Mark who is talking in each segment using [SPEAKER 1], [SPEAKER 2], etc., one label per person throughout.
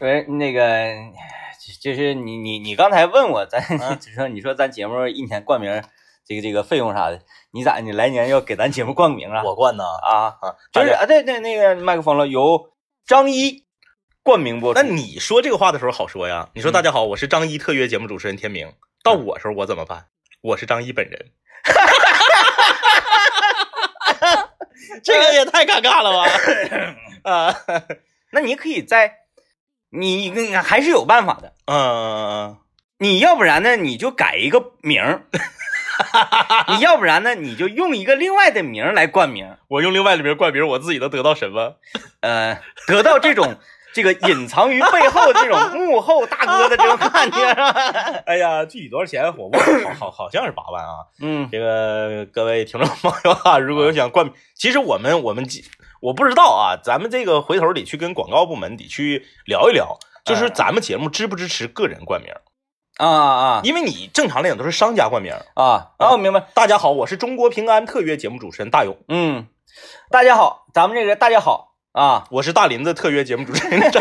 [SPEAKER 1] 喂，那个就是你你你刚才问我，咱 就说你说咱节目一年冠名这个这个费用啥的，你咋你来年要给咱节目冠名啊？
[SPEAKER 2] 我冠呐
[SPEAKER 1] 啊，
[SPEAKER 2] 啊，
[SPEAKER 1] 就是
[SPEAKER 2] 大家
[SPEAKER 1] 啊，对对，那个麦克风了，由张一冠名播出。
[SPEAKER 2] 那你说这个话的时候好说呀？你说
[SPEAKER 1] 嗯
[SPEAKER 2] 大家好，我是张一特约节目主持人天明。到我时候我怎么办？我是张一本人。这个也太尴尬了吧？啊，
[SPEAKER 1] 那你可以在你你还是有办法的。
[SPEAKER 2] 嗯，
[SPEAKER 1] 你要不然呢，你就改一个名 儿；你要不然呢，你就用一个另外的名儿来冠名。
[SPEAKER 2] 我用另外的名冠名，我自己能得到什么？
[SPEAKER 1] 呃，得到这种这个隐藏于背后的这种幕后大哥的这种感 觉。
[SPEAKER 2] 哎呀，具体多少钱我忘了，好好好像是八万啊。
[SPEAKER 1] 嗯，
[SPEAKER 2] 这个各位听众朋友啊，如果有想冠，其实我们我们几我不知道啊，咱们这个回头得去跟广告部门得去聊一聊，就是
[SPEAKER 1] 嗯
[SPEAKER 2] 咱们节目支不支持个人冠名？
[SPEAKER 1] 啊啊
[SPEAKER 2] 因为你正常来讲都是商家冠名。
[SPEAKER 1] 啊！啊，我明白。
[SPEAKER 2] 大家好，我是中国平安特约节目主持人大勇，
[SPEAKER 1] 嗯，大家好，咱们这个大家好啊，
[SPEAKER 2] 我是大林子特约节目主持人张。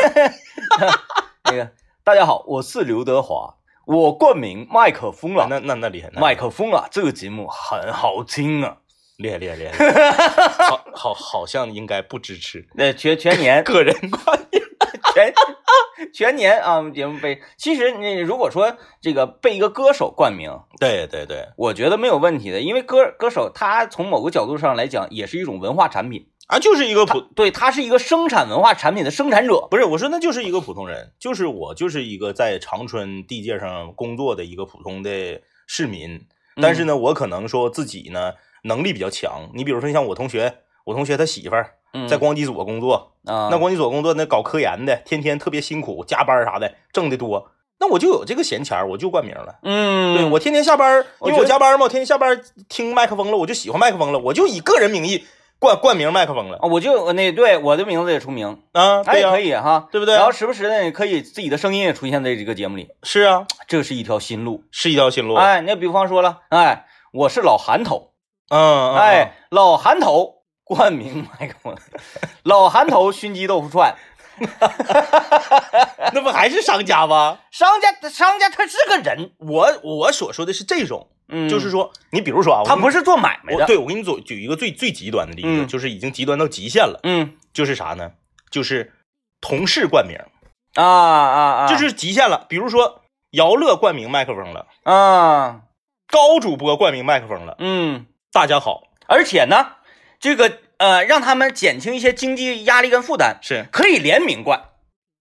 [SPEAKER 1] 那个大家好，我是刘德华，我冠名麦克风 了。
[SPEAKER 2] 那那那厉害，那
[SPEAKER 1] 麦克风啊，这个节目很好听啊。
[SPEAKER 2] 厉害厉害厉害， 好好好像应该不支持
[SPEAKER 1] 那全全年
[SPEAKER 2] 个人冠名。
[SPEAKER 1] 全全年啊，我们节目被其实你如果说这个被一个歌手冠名，
[SPEAKER 2] 对对对
[SPEAKER 1] 我觉得没有问题的，因为歌歌手他从某个角度上来讲也是一种文化产品，
[SPEAKER 2] 啊，就是一个普
[SPEAKER 1] 对，他是一个生产文化产品的生产者。
[SPEAKER 2] 不是，我说那就是一个普通人，就是我就是一个在长春地界上工作的一个普通的市民，
[SPEAKER 1] 嗯
[SPEAKER 2] 但是呢，我可能说自己呢能力比较强。你比如说像我同学，我同学他媳妇儿
[SPEAKER 1] 嗯
[SPEAKER 2] 在光机所工作，
[SPEAKER 1] 啊，
[SPEAKER 2] 那管理所工作那搞科研的，天天特别辛苦，加班啥的，挣得多。那我就有这个闲钱儿，我就冠名了。
[SPEAKER 1] 嗯，
[SPEAKER 2] 对我天天下班儿，
[SPEAKER 1] 我
[SPEAKER 2] 因
[SPEAKER 1] 觉
[SPEAKER 2] 为我
[SPEAKER 1] 得
[SPEAKER 2] 加班嘛，我天天下班儿听麦克风了，我就喜欢麦克风了，我就以个人名义冠冠名麦克风了
[SPEAKER 1] 啊，我就我那对我的名字也出名，
[SPEAKER 2] 啊，
[SPEAKER 1] 哎
[SPEAKER 2] 对呀、
[SPEAKER 1] 可以哈，
[SPEAKER 2] 对不啊对
[SPEAKER 1] 然后时不时的也可以自己的声音也出现在这个节目里，
[SPEAKER 2] 是啊，
[SPEAKER 1] 这是一条新路。
[SPEAKER 2] 是一条新路。
[SPEAKER 1] 哎，那比方说了，哎，我是老韩头，
[SPEAKER 2] 嗯，嗯，
[SPEAKER 1] 哎，老韩头冠名麦克风，老韩头熏鸡豆腐串，
[SPEAKER 2] 嗯那不还是商家吗？
[SPEAKER 1] 商家商家他是个人，
[SPEAKER 2] 我我所说的是这种，
[SPEAKER 1] 嗯，
[SPEAKER 2] 就是说，你比如说啊，
[SPEAKER 1] 他不
[SPEAKER 2] 是
[SPEAKER 1] 是做买卖
[SPEAKER 2] 我
[SPEAKER 1] 的，
[SPEAKER 2] 对我给你举举一个最最极端的例子，
[SPEAKER 1] 嗯
[SPEAKER 2] 就是已经极端到极限了，
[SPEAKER 1] 嗯
[SPEAKER 2] 就是啥呢？就是同事冠名。
[SPEAKER 1] 啊啊啊，
[SPEAKER 2] 这是极限了。比如说姚乐冠名麦克风了，
[SPEAKER 1] 啊
[SPEAKER 2] 高主播冠名麦克风了。
[SPEAKER 1] 嗯，
[SPEAKER 2] 大家好，
[SPEAKER 1] 而且呢，这个呃，让他们减轻一些经济压力跟负担，
[SPEAKER 2] 是
[SPEAKER 1] 可以联名灌，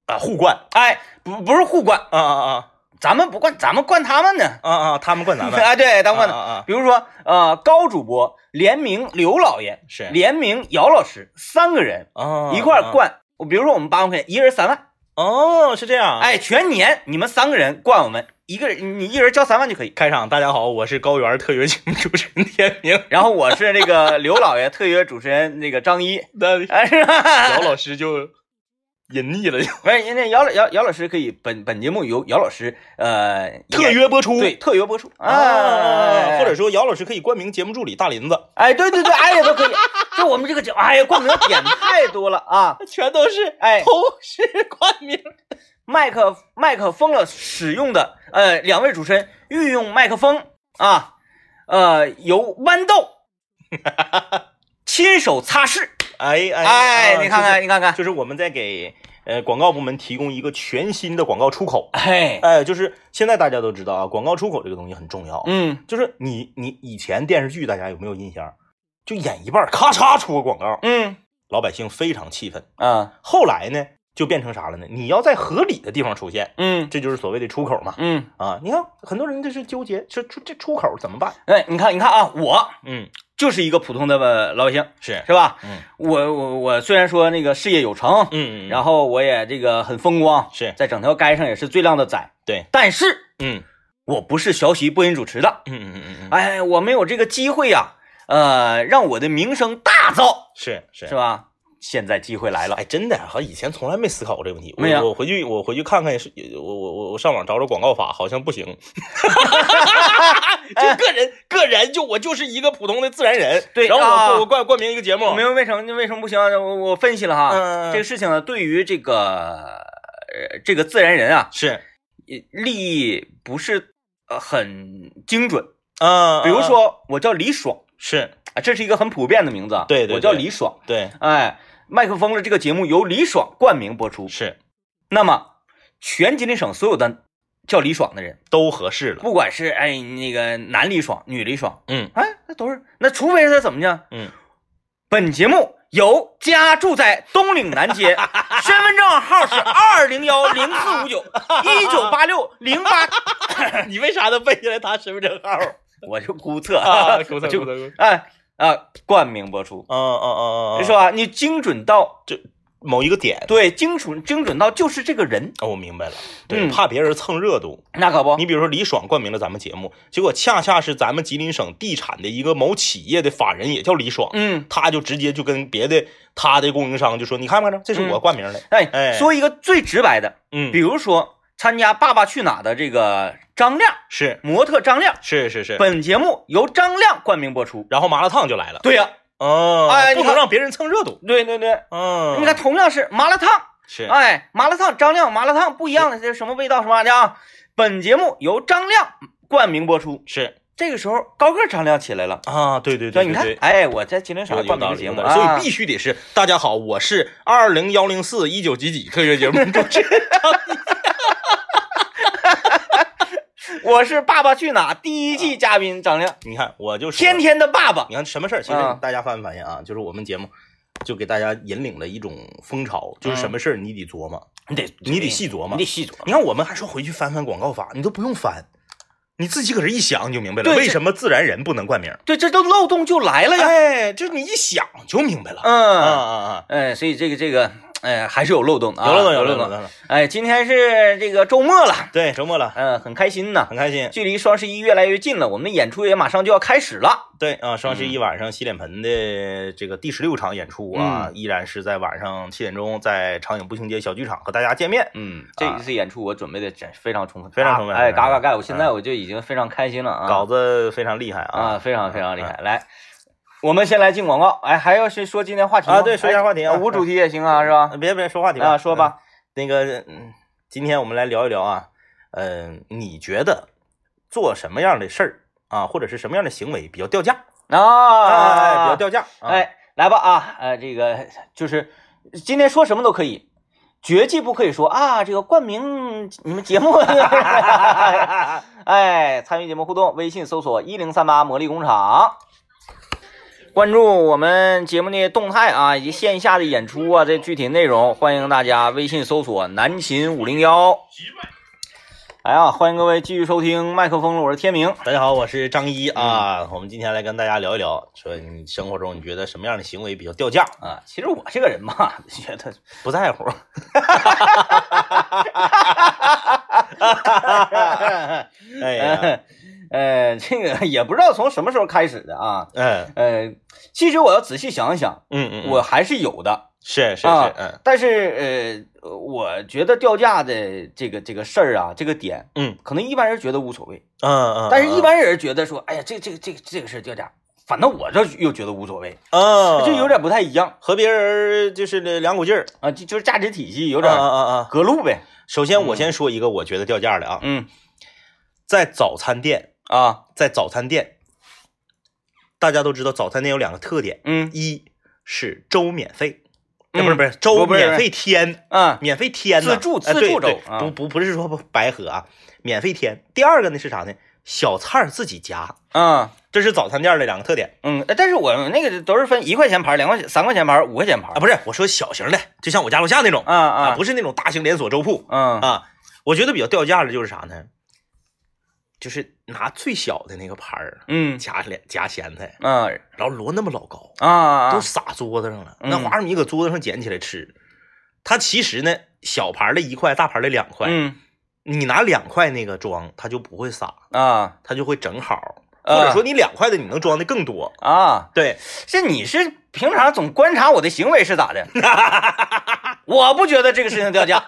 [SPEAKER 2] 啊，互冠
[SPEAKER 1] 哎，不不是互灌，
[SPEAKER 2] 啊啊
[SPEAKER 1] 咱们不灌，咱们灌他们呢，
[SPEAKER 2] 啊啊啊，他们冠咱 们，
[SPEAKER 1] 哎，对，咱
[SPEAKER 2] 他
[SPEAKER 1] 们灌
[SPEAKER 2] 啊
[SPEAKER 1] 他。
[SPEAKER 2] 啊，啊
[SPEAKER 1] 比如说，呃，高主播联名刘老爷，
[SPEAKER 2] 是
[SPEAKER 1] 联名姚老师，三个人
[SPEAKER 2] 啊
[SPEAKER 1] 一块儿
[SPEAKER 2] 啊
[SPEAKER 1] 灌。我比如说我们八万块钱，一人三万，
[SPEAKER 2] 哦，是这样。，
[SPEAKER 1] 哎，全年你们三个人灌我们，一个人你一人交三万就可以。
[SPEAKER 2] 开场，大家好，我是高原特约节目主持人天明。
[SPEAKER 1] 然后我是那个刘老爷特约主持人那个张一，
[SPEAKER 2] 那
[SPEAKER 1] 哎，是吧？
[SPEAKER 2] 姚老师就隐匿 了，就
[SPEAKER 1] 不是，人家姚老姚姚老师可以本本节目由姚老师呃
[SPEAKER 2] 特
[SPEAKER 1] 演
[SPEAKER 2] 约播出。
[SPEAKER 1] 对。特约播出
[SPEAKER 2] 啊，或者
[SPEAKER 1] 是
[SPEAKER 2] 说姚老师可以冠名节目助理大林子，
[SPEAKER 1] 哎对对对，哎呀都可以，就我们这个节目，哎呀冠名点太多了 啊！
[SPEAKER 2] 全都是
[SPEAKER 1] 哎
[SPEAKER 2] 同事冠名。
[SPEAKER 1] 麦克麦克风了使用的，呃，两位主持人御用麦克风啊，呃，由豌豆 亲手擦拭。
[SPEAKER 2] 哎哎
[SPEAKER 1] 哎，
[SPEAKER 2] 啊
[SPEAKER 1] 你看
[SPEAKER 2] 就是
[SPEAKER 1] 看，你看看，
[SPEAKER 2] 就是我们在给呃广告部门提供一个全新的广告出口。
[SPEAKER 1] 哎，
[SPEAKER 2] 哎，就是现在大家都知道啊，广告出口这个东西很重要。
[SPEAKER 1] 嗯
[SPEAKER 2] 就是你你以前电视剧大家有没有印象？就演一半儿，咔嚓出个广告，
[SPEAKER 1] 嗯
[SPEAKER 2] 老百姓非常气愤。
[SPEAKER 1] 啊，
[SPEAKER 2] 后来呢，就变成啥了呢？你要在合理的地方出现，
[SPEAKER 1] 嗯
[SPEAKER 2] 这就是所谓的出口嘛。
[SPEAKER 1] 嗯，
[SPEAKER 2] 啊，你看很多人就是纠结，说出这出口怎么办？
[SPEAKER 1] 哎，你看，你看啊，我
[SPEAKER 2] 嗯，
[SPEAKER 1] 就是一个普通的呃老百姓，
[SPEAKER 2] 是，
[SPEAKER 1] 是吧？
[SPEAKER 2] 嗯
[SPEAKER 1] 我我我虽然说那个事业有成，
[SPEAKER 2] 嗯然后
[SPEAKER 1] 然后我也这个很风光，
[SPEAKER 2] 是
[SPEAKER 1] 在整条街上也是最靓的仔，
[SPEAKER 2] 对，
[SPEAKER 1] 但是
[SPEAKER 2] 嗯
[SPEAKER 1] 我不是学习播音主持的。
[SPEAKER 2] 嗯嗯嗯嗯，
[SPEAKER 1] 哎，我没有这个机会呀、呃，让我的名声大噪，
[SPEAKER 2] 是是
[SPEAKER 1] 是吧？现在机会来了，
[SPEAKER 2] 哎，真的，好像以前从来没思考过这个问题。我
[SPEAKER 1] 没有
[SPEAKER 2] 我回去我回去看看是，我我我我上网找找广告法，好像不 行。就个人、个人，就我就是一个普通的自然人，
[SPEAKER 1] 对
[SPEAKER 2] 然后我、
[SPEAKER 1] 啊
[SPEAKER 2] 我冠冠名一个节目，
[SPEAKER 1] 没有为什么为什么不行啊？我我分析了哈，
[SPEAKER 2] 嗯
[SPEAKER 1] 这个事情呢，对于这个呃这个自然人啊，
[SPEAKER 2] 是，
[SPEAKER 1] 呃利益不是呃很精准。
[SPEAKER 2] 嗯，
[SPEAKER 1] 比如
[SPEAKER 2] 嗯
[SPEAKER 1] 说，我叫李爽
[SPEAKER 2] 是
[SPEAKER 1] 啊，这是一个很普遍的名字啊。
[SPEAKER 2] 对对
[SPEAKER 1] 我叫
[SPEAKER 2] 对
[SPEAKER 1] 李爽。
[SPEAKER 2] 对
[SPEAKER 1] 哎，麦克风的这个节目由李爽冠名播出。
[SPEAKER 2] 是
[SPEAKER 1] 那么，全吉林省所有的叫李爽的人，
[SPEAKER 2] 都合适了，
[SPEAKER 1] 不管是哎那个男李爽、女李爽，
[SPEAKER 2] 嗯
[SPEAKER 1] 哎，那都是那，除非他怎么呢？
[SPEAKER 2] 嗯，
[SPEAKER 1] 本节目由家住在东岭南街，身份证号是二零幺零四五九一九八六零八，
[SPEAKER 2] 你为啥都背下来他身份 证号？
[SPEAKER 1] 我就估测，
[SPEAKER 2] 啊，
[SPEAKER 1] 我
[SPEAKER 2] 估测
[SPEAKER 1] 就
[SPEAKER 2] 估测估测
[SPEAKER 1] 哎啊，冠名播出，
[SPEAKER 2] 嗯嗯嗯嗯，
[SPEAKER 1] 是吧？你精准到
[SPEAKER 2] 某一个点，
[SPEAKER 1] 对，精准精准到就是这个人，
[SPEAKER 2] 哦，我明白了，对，
[SPEAKER 1] 嗯
[SPEAKER 2] 怕别人蹭热度。
[SPEAKER 1] 那可不，
[SPEAKER 2] 你比如说李爽冠名了咱们节目，结果恰恰是咱们吉林省地产的一个某企业的法人也叫李爽，
[SPEAKER 1] 嗯。
[SPEAKER 2] 他就直接就跟别的他的供应商就说，你看没看着，
[SPEAKER 1] 嗯
[SPEAKER 2] 这是我冠名的，哎
[SPEAKER 1] 哎，说一个最直白的，
[SPEAKER 2] 嗯
[SPEAKER 1] 比，如说参加《爸爸去哪儿》的这个张亮，
[SPEAKER 2] 是
[SPEAKER 1] 模特张亮，
[SPEAKER 2] 是是是，
[SPEAKER 1] 本节目由张亮冠名播出。
[SPEAKER 2] 然后麻辣烫就来了，
[SPEAKER 1] 对呀、
[SPEAKER 2] 哦，
[SPEAKER 1] 哎
[SPEAKER 2] 不
[SPEAKER 1] 你
[SPEAKER 2] 能
[SPEAKER 1] 看
[SPEAKER 2] 让别人蹭热度，
[SPEAKER 1] 对对对，
[SPEAKER 2] 嗯，
[SPEAKER 1] 你看同样是麻辣烫，
[SPEAKER 2] 是，
[SPEAKER 1] 哎，麻辣烫张亮麻辣烫不一样的，这什么味道什么玩意儿的啊？本节目由张亮冠名播出。
[SPEAKER 2] 是
[SPEAKER 1] 这个时候高个张亮起来了，
[SPEAKER 2] 啊，对对
[SPEAKER 1] 说
[SPEAKER 2] 对
[SPEAKER 1] 你
[SPEAKER 2] 对
[SPEAKER 1] 看
[SPEAKER 2] 对，。
[SPEAKER 1] 哎，我在吉林
[SPEAKER 2] 有
[SPEAKER 1] 省
[SPEAKER 2] 有
[SPEAKER 1] 冠名
[SPEAKER 2] 道
[SPEAKER 1] 的
[SPEAKER 2] 理，
[SPEAKER 1] 节
[SPEAKER 2] 有
[SPEAKER 1] 目
[SPEAKER 2] 道理，所
[SPEAKER 1] 啊
[SPEAKER 2] 以必须得是大家好，我是二零幺零四一九几几科学节目主 持人，
[SPEAKER 1] 我是《爸爸去哪儿》第一季嘉宾张亮，
[SPEAKER 2] 你看我就说
[SPEAKER 1] 天天的爸爸，
[SPEAKER 2] 你看什么事儿？其实
[SPEAKER 1] 啊
[SPEAKER 2] 大家发没发现啊？就是我们节目就给大家引领了一种风潮，就是什么事儿你得琢磨，
[SPEAKER 1] 嗯你得
[SPEAKER 2] 你得细琢磨
[SPEAKER 1] 你得。细琢磨。
[SPEAKER 2] 你看我们还说回去翻翻广告法，你都不用翻，你自己搁这一想你就明白了，
[SPEAKER 1] 对
[SPEAKER 2] 为
[SPEAKER 1] 这
[SPEAKER 2] 什么自然人不能冠名？
[SPEAKER 1] 对，这都漏洞就来了呀。
[SPEAKER 2] 哎，这你一想就明白了。啊
[SPEAKER 1] 嗯，
[SPEAKER 2] 啊啊！
[SPEAKER 1] 哎，所以这个这个，哎，还是有漏洞的啊，
[SPEAKER 2] 有了
[SPEAKER 1] 洞，
[SPEAKER 2] 有了有
[SPEAKER 1] 漏
[SPEAKER 2] 了有
[SPEAKER 1] 洞。
[SPEAKER 2] 了，
[SPEAKER 1] 哎，今天是这个周末了，
[SPEAKER 2] 对，周末了，
[SPEAKER 1] 嗯、很开心呐，
[SPEAKER 2] 很开心。
[SPEAKER 1] 距离双十一越来越近了，我们的演出也马上就要开始了。
[SPEAKER 2] 对啊，双十一
[SPEAKER 1] 嗯
[SPEAKER 2] 晚上洗脸盆的这个第十六场演出啊，
[SPEAKER 1] 嗯
[SPEAKER 2] 依然是在晚上七点钟在长影步行街小剧场和大家见面。
[SPEAKER 1] 嗯，这一次演出我准备的真非常充分，
[SPEAKER 2] 啊非常充分
[SPEAKER 1] 嘎哎，
[SPEAKER 2] 非常
[SPEAKER 1] 嘎
[SPEAKER 2] 充
[SPEAKER 1] 嘎
[SPEAKER 2] 分
[SPEAKER 1] 嘎！我现在我就已经非常开心了啊，
[SPEAKER 2] 稿子非常厉害啊
[SPEAKER 1] 啊，非常非常厉害。来，我们先来进广告，哎，还要是说今天话题吗
[SPEAKER 2] 啊对说一下话题啊
[SPEAKER 1] 哎无主题也行啊，是吧？
[SPEAKER 2] 别别说话题吧
[SPEAKER 1] 啊，说吧。
[SPEAKER 2] 那个，嗯今天我们来聊一聊啊，嗯、你觉得做什么样的事儿啊，或者是什么样的行为比较掉价？哎，比
[SPEAKER 1] 啊
[SPEAKER 2] 较，掉价。啊、，
[SPEAKER 1] 哎，来吧啊，呃，这个就是今天说什么都可以，绝技不可以说啊，这个冠名你们节目，哎，参与节目互动，微信搜索一零三八魔力工厂。关注我们节目的动态啊，以及线下的演出啊，这具体内容欢迎大家微信搜索“南秦五零幺”。哎呀，欢迎各位继续收听麦克风了，我是天明。
[SPEAKER 2] 大家好，我是张一啊，我们今天来跟大家聊一聊，说你生活中你觉得什么样的行为比较掉价？
[SPEAKER 1] 啊，其实我这个人吧，觉得
[SPEAKER 2] 不在乎，哎呀，
[SPEAKER 1] 呃， 呃，这个也不知道从什么时候开始的啊。
[SPEAKER 2] 嗯
[SPEAKER 1] 呃，其实我要仔细想一想，
[SPEAKER 2] 嗯嗯，
[SPEAKER 1] 我还是有的，
[SPEAKER 2] 是是是，
[SPEAKER 1] 啊
[SPEAKER 2] 嗯
[SPEAKER 1] 但是呃，我觉得掉价的这个这个事儿啊，这个点，
[SPEAKER 2] 嗯
[SPEAKER 1] 可能一般人觉得无所谓，
[SPEAKER 2] 嗯嗯，
[SPEAKER 1] 但是一般人觉得说，哎呀，这这个这个这个事儿掉价，反正我这又觉得无所谓，
[SPEAKER 2] 嗯，
[SPEAKER 1] 就有点不太一样
[SPEAKER 2] 和别人就是两股劲儿，
[SPEAKER 1] 啊，就就是价值体系有
[SPEAKER 2] 有啊
[SPEAKER 1] 点
[SPEAKER 2] 啊啊！
[SPEAKER 1] 隔路呗，
[SPEAKER 2] 首先我先说一个我觉得掉价的啊，
[SPEAKER 1] 嗯
[SPEAKER 2] 在早餐店，
[SPEAKER 1] 啊
[SPEAKER 2] 在早餐店，大家都知道早餐店有两个特点，
[SPEAKER 1] 嗯
[SPEAKER 2] 一是粥免费，
[SPEAKER 1] 嗯
[SPEAKER 2] 呃不是不是粥
[SPEAKER 1] 不是
[SPEAKER 2] 免费添，
[SPEAKER 1] 啊
[SPEAKER 2] 免费添呐
[SPEAKER 1] 自助
[SPEAKER 2] 哎
[SPEAKER 1] 自
[SPEAKER 2] 对
[SPEAKER 1] 助
[SPEAKER 2] 对
[SPEAKER 1] 粥啊
[SPEAKER 2] 不不不是说不白喝啊，免费添。第二个呢是啥呢？小菜儿自己夹，
[SPEAKER 1] 啊
[SPEAKER 2] 这是早餐店的两个特点
[SPEAKER 1] 嗯，但是我那个都是分一块钱盘儿、两块钱、三块钱盘儿、五块钱盘
[SPEAKER 2] 啊，不是我说小型的，就像我家楼下那种
[SPEAKER 1] 啊啊
[SPEAKER 2] 啊，不是那种大型连锁粥铺
[SPEAKER 1] 嗯
[SPEAKER 2] 啊。我觉得比较掉价的就是啥呢？就是拿最小的那个盘儿，
[SPEAKER 1] 嗯
[SPEAKER 2] 夹莲夹咸菜，
[SPEAKER 1] 啊
[SPEAKER 2] 然后摞那么老高，
[SPEAKER 1] 啊啊
[SPEAKER 2] 都撒桌子上了。那
[SPEAKER 1] 嗯
[SPEAKER 2] 花生米搁桌子上捡起来吃，它其实呢，小盘儿的一块，大盘儿的两块。
[SPEAKER 1] 嗯
[SPEAKER 2] 你拿两块那个装，它就不会撒，
[SPEAKER 1] 啊
[SPEAKER 2] 它就会正好。
[SPEAKER 1] 啊
[SPEAKER 2] 或者说你两块的你能装的更多。
[SPEAKER 1] 啊！
[SPEAKER 2] 对，
[SPEAKER 1] 这你是平常总观察我的行为是咋 的？我不觉得这个事情掉价，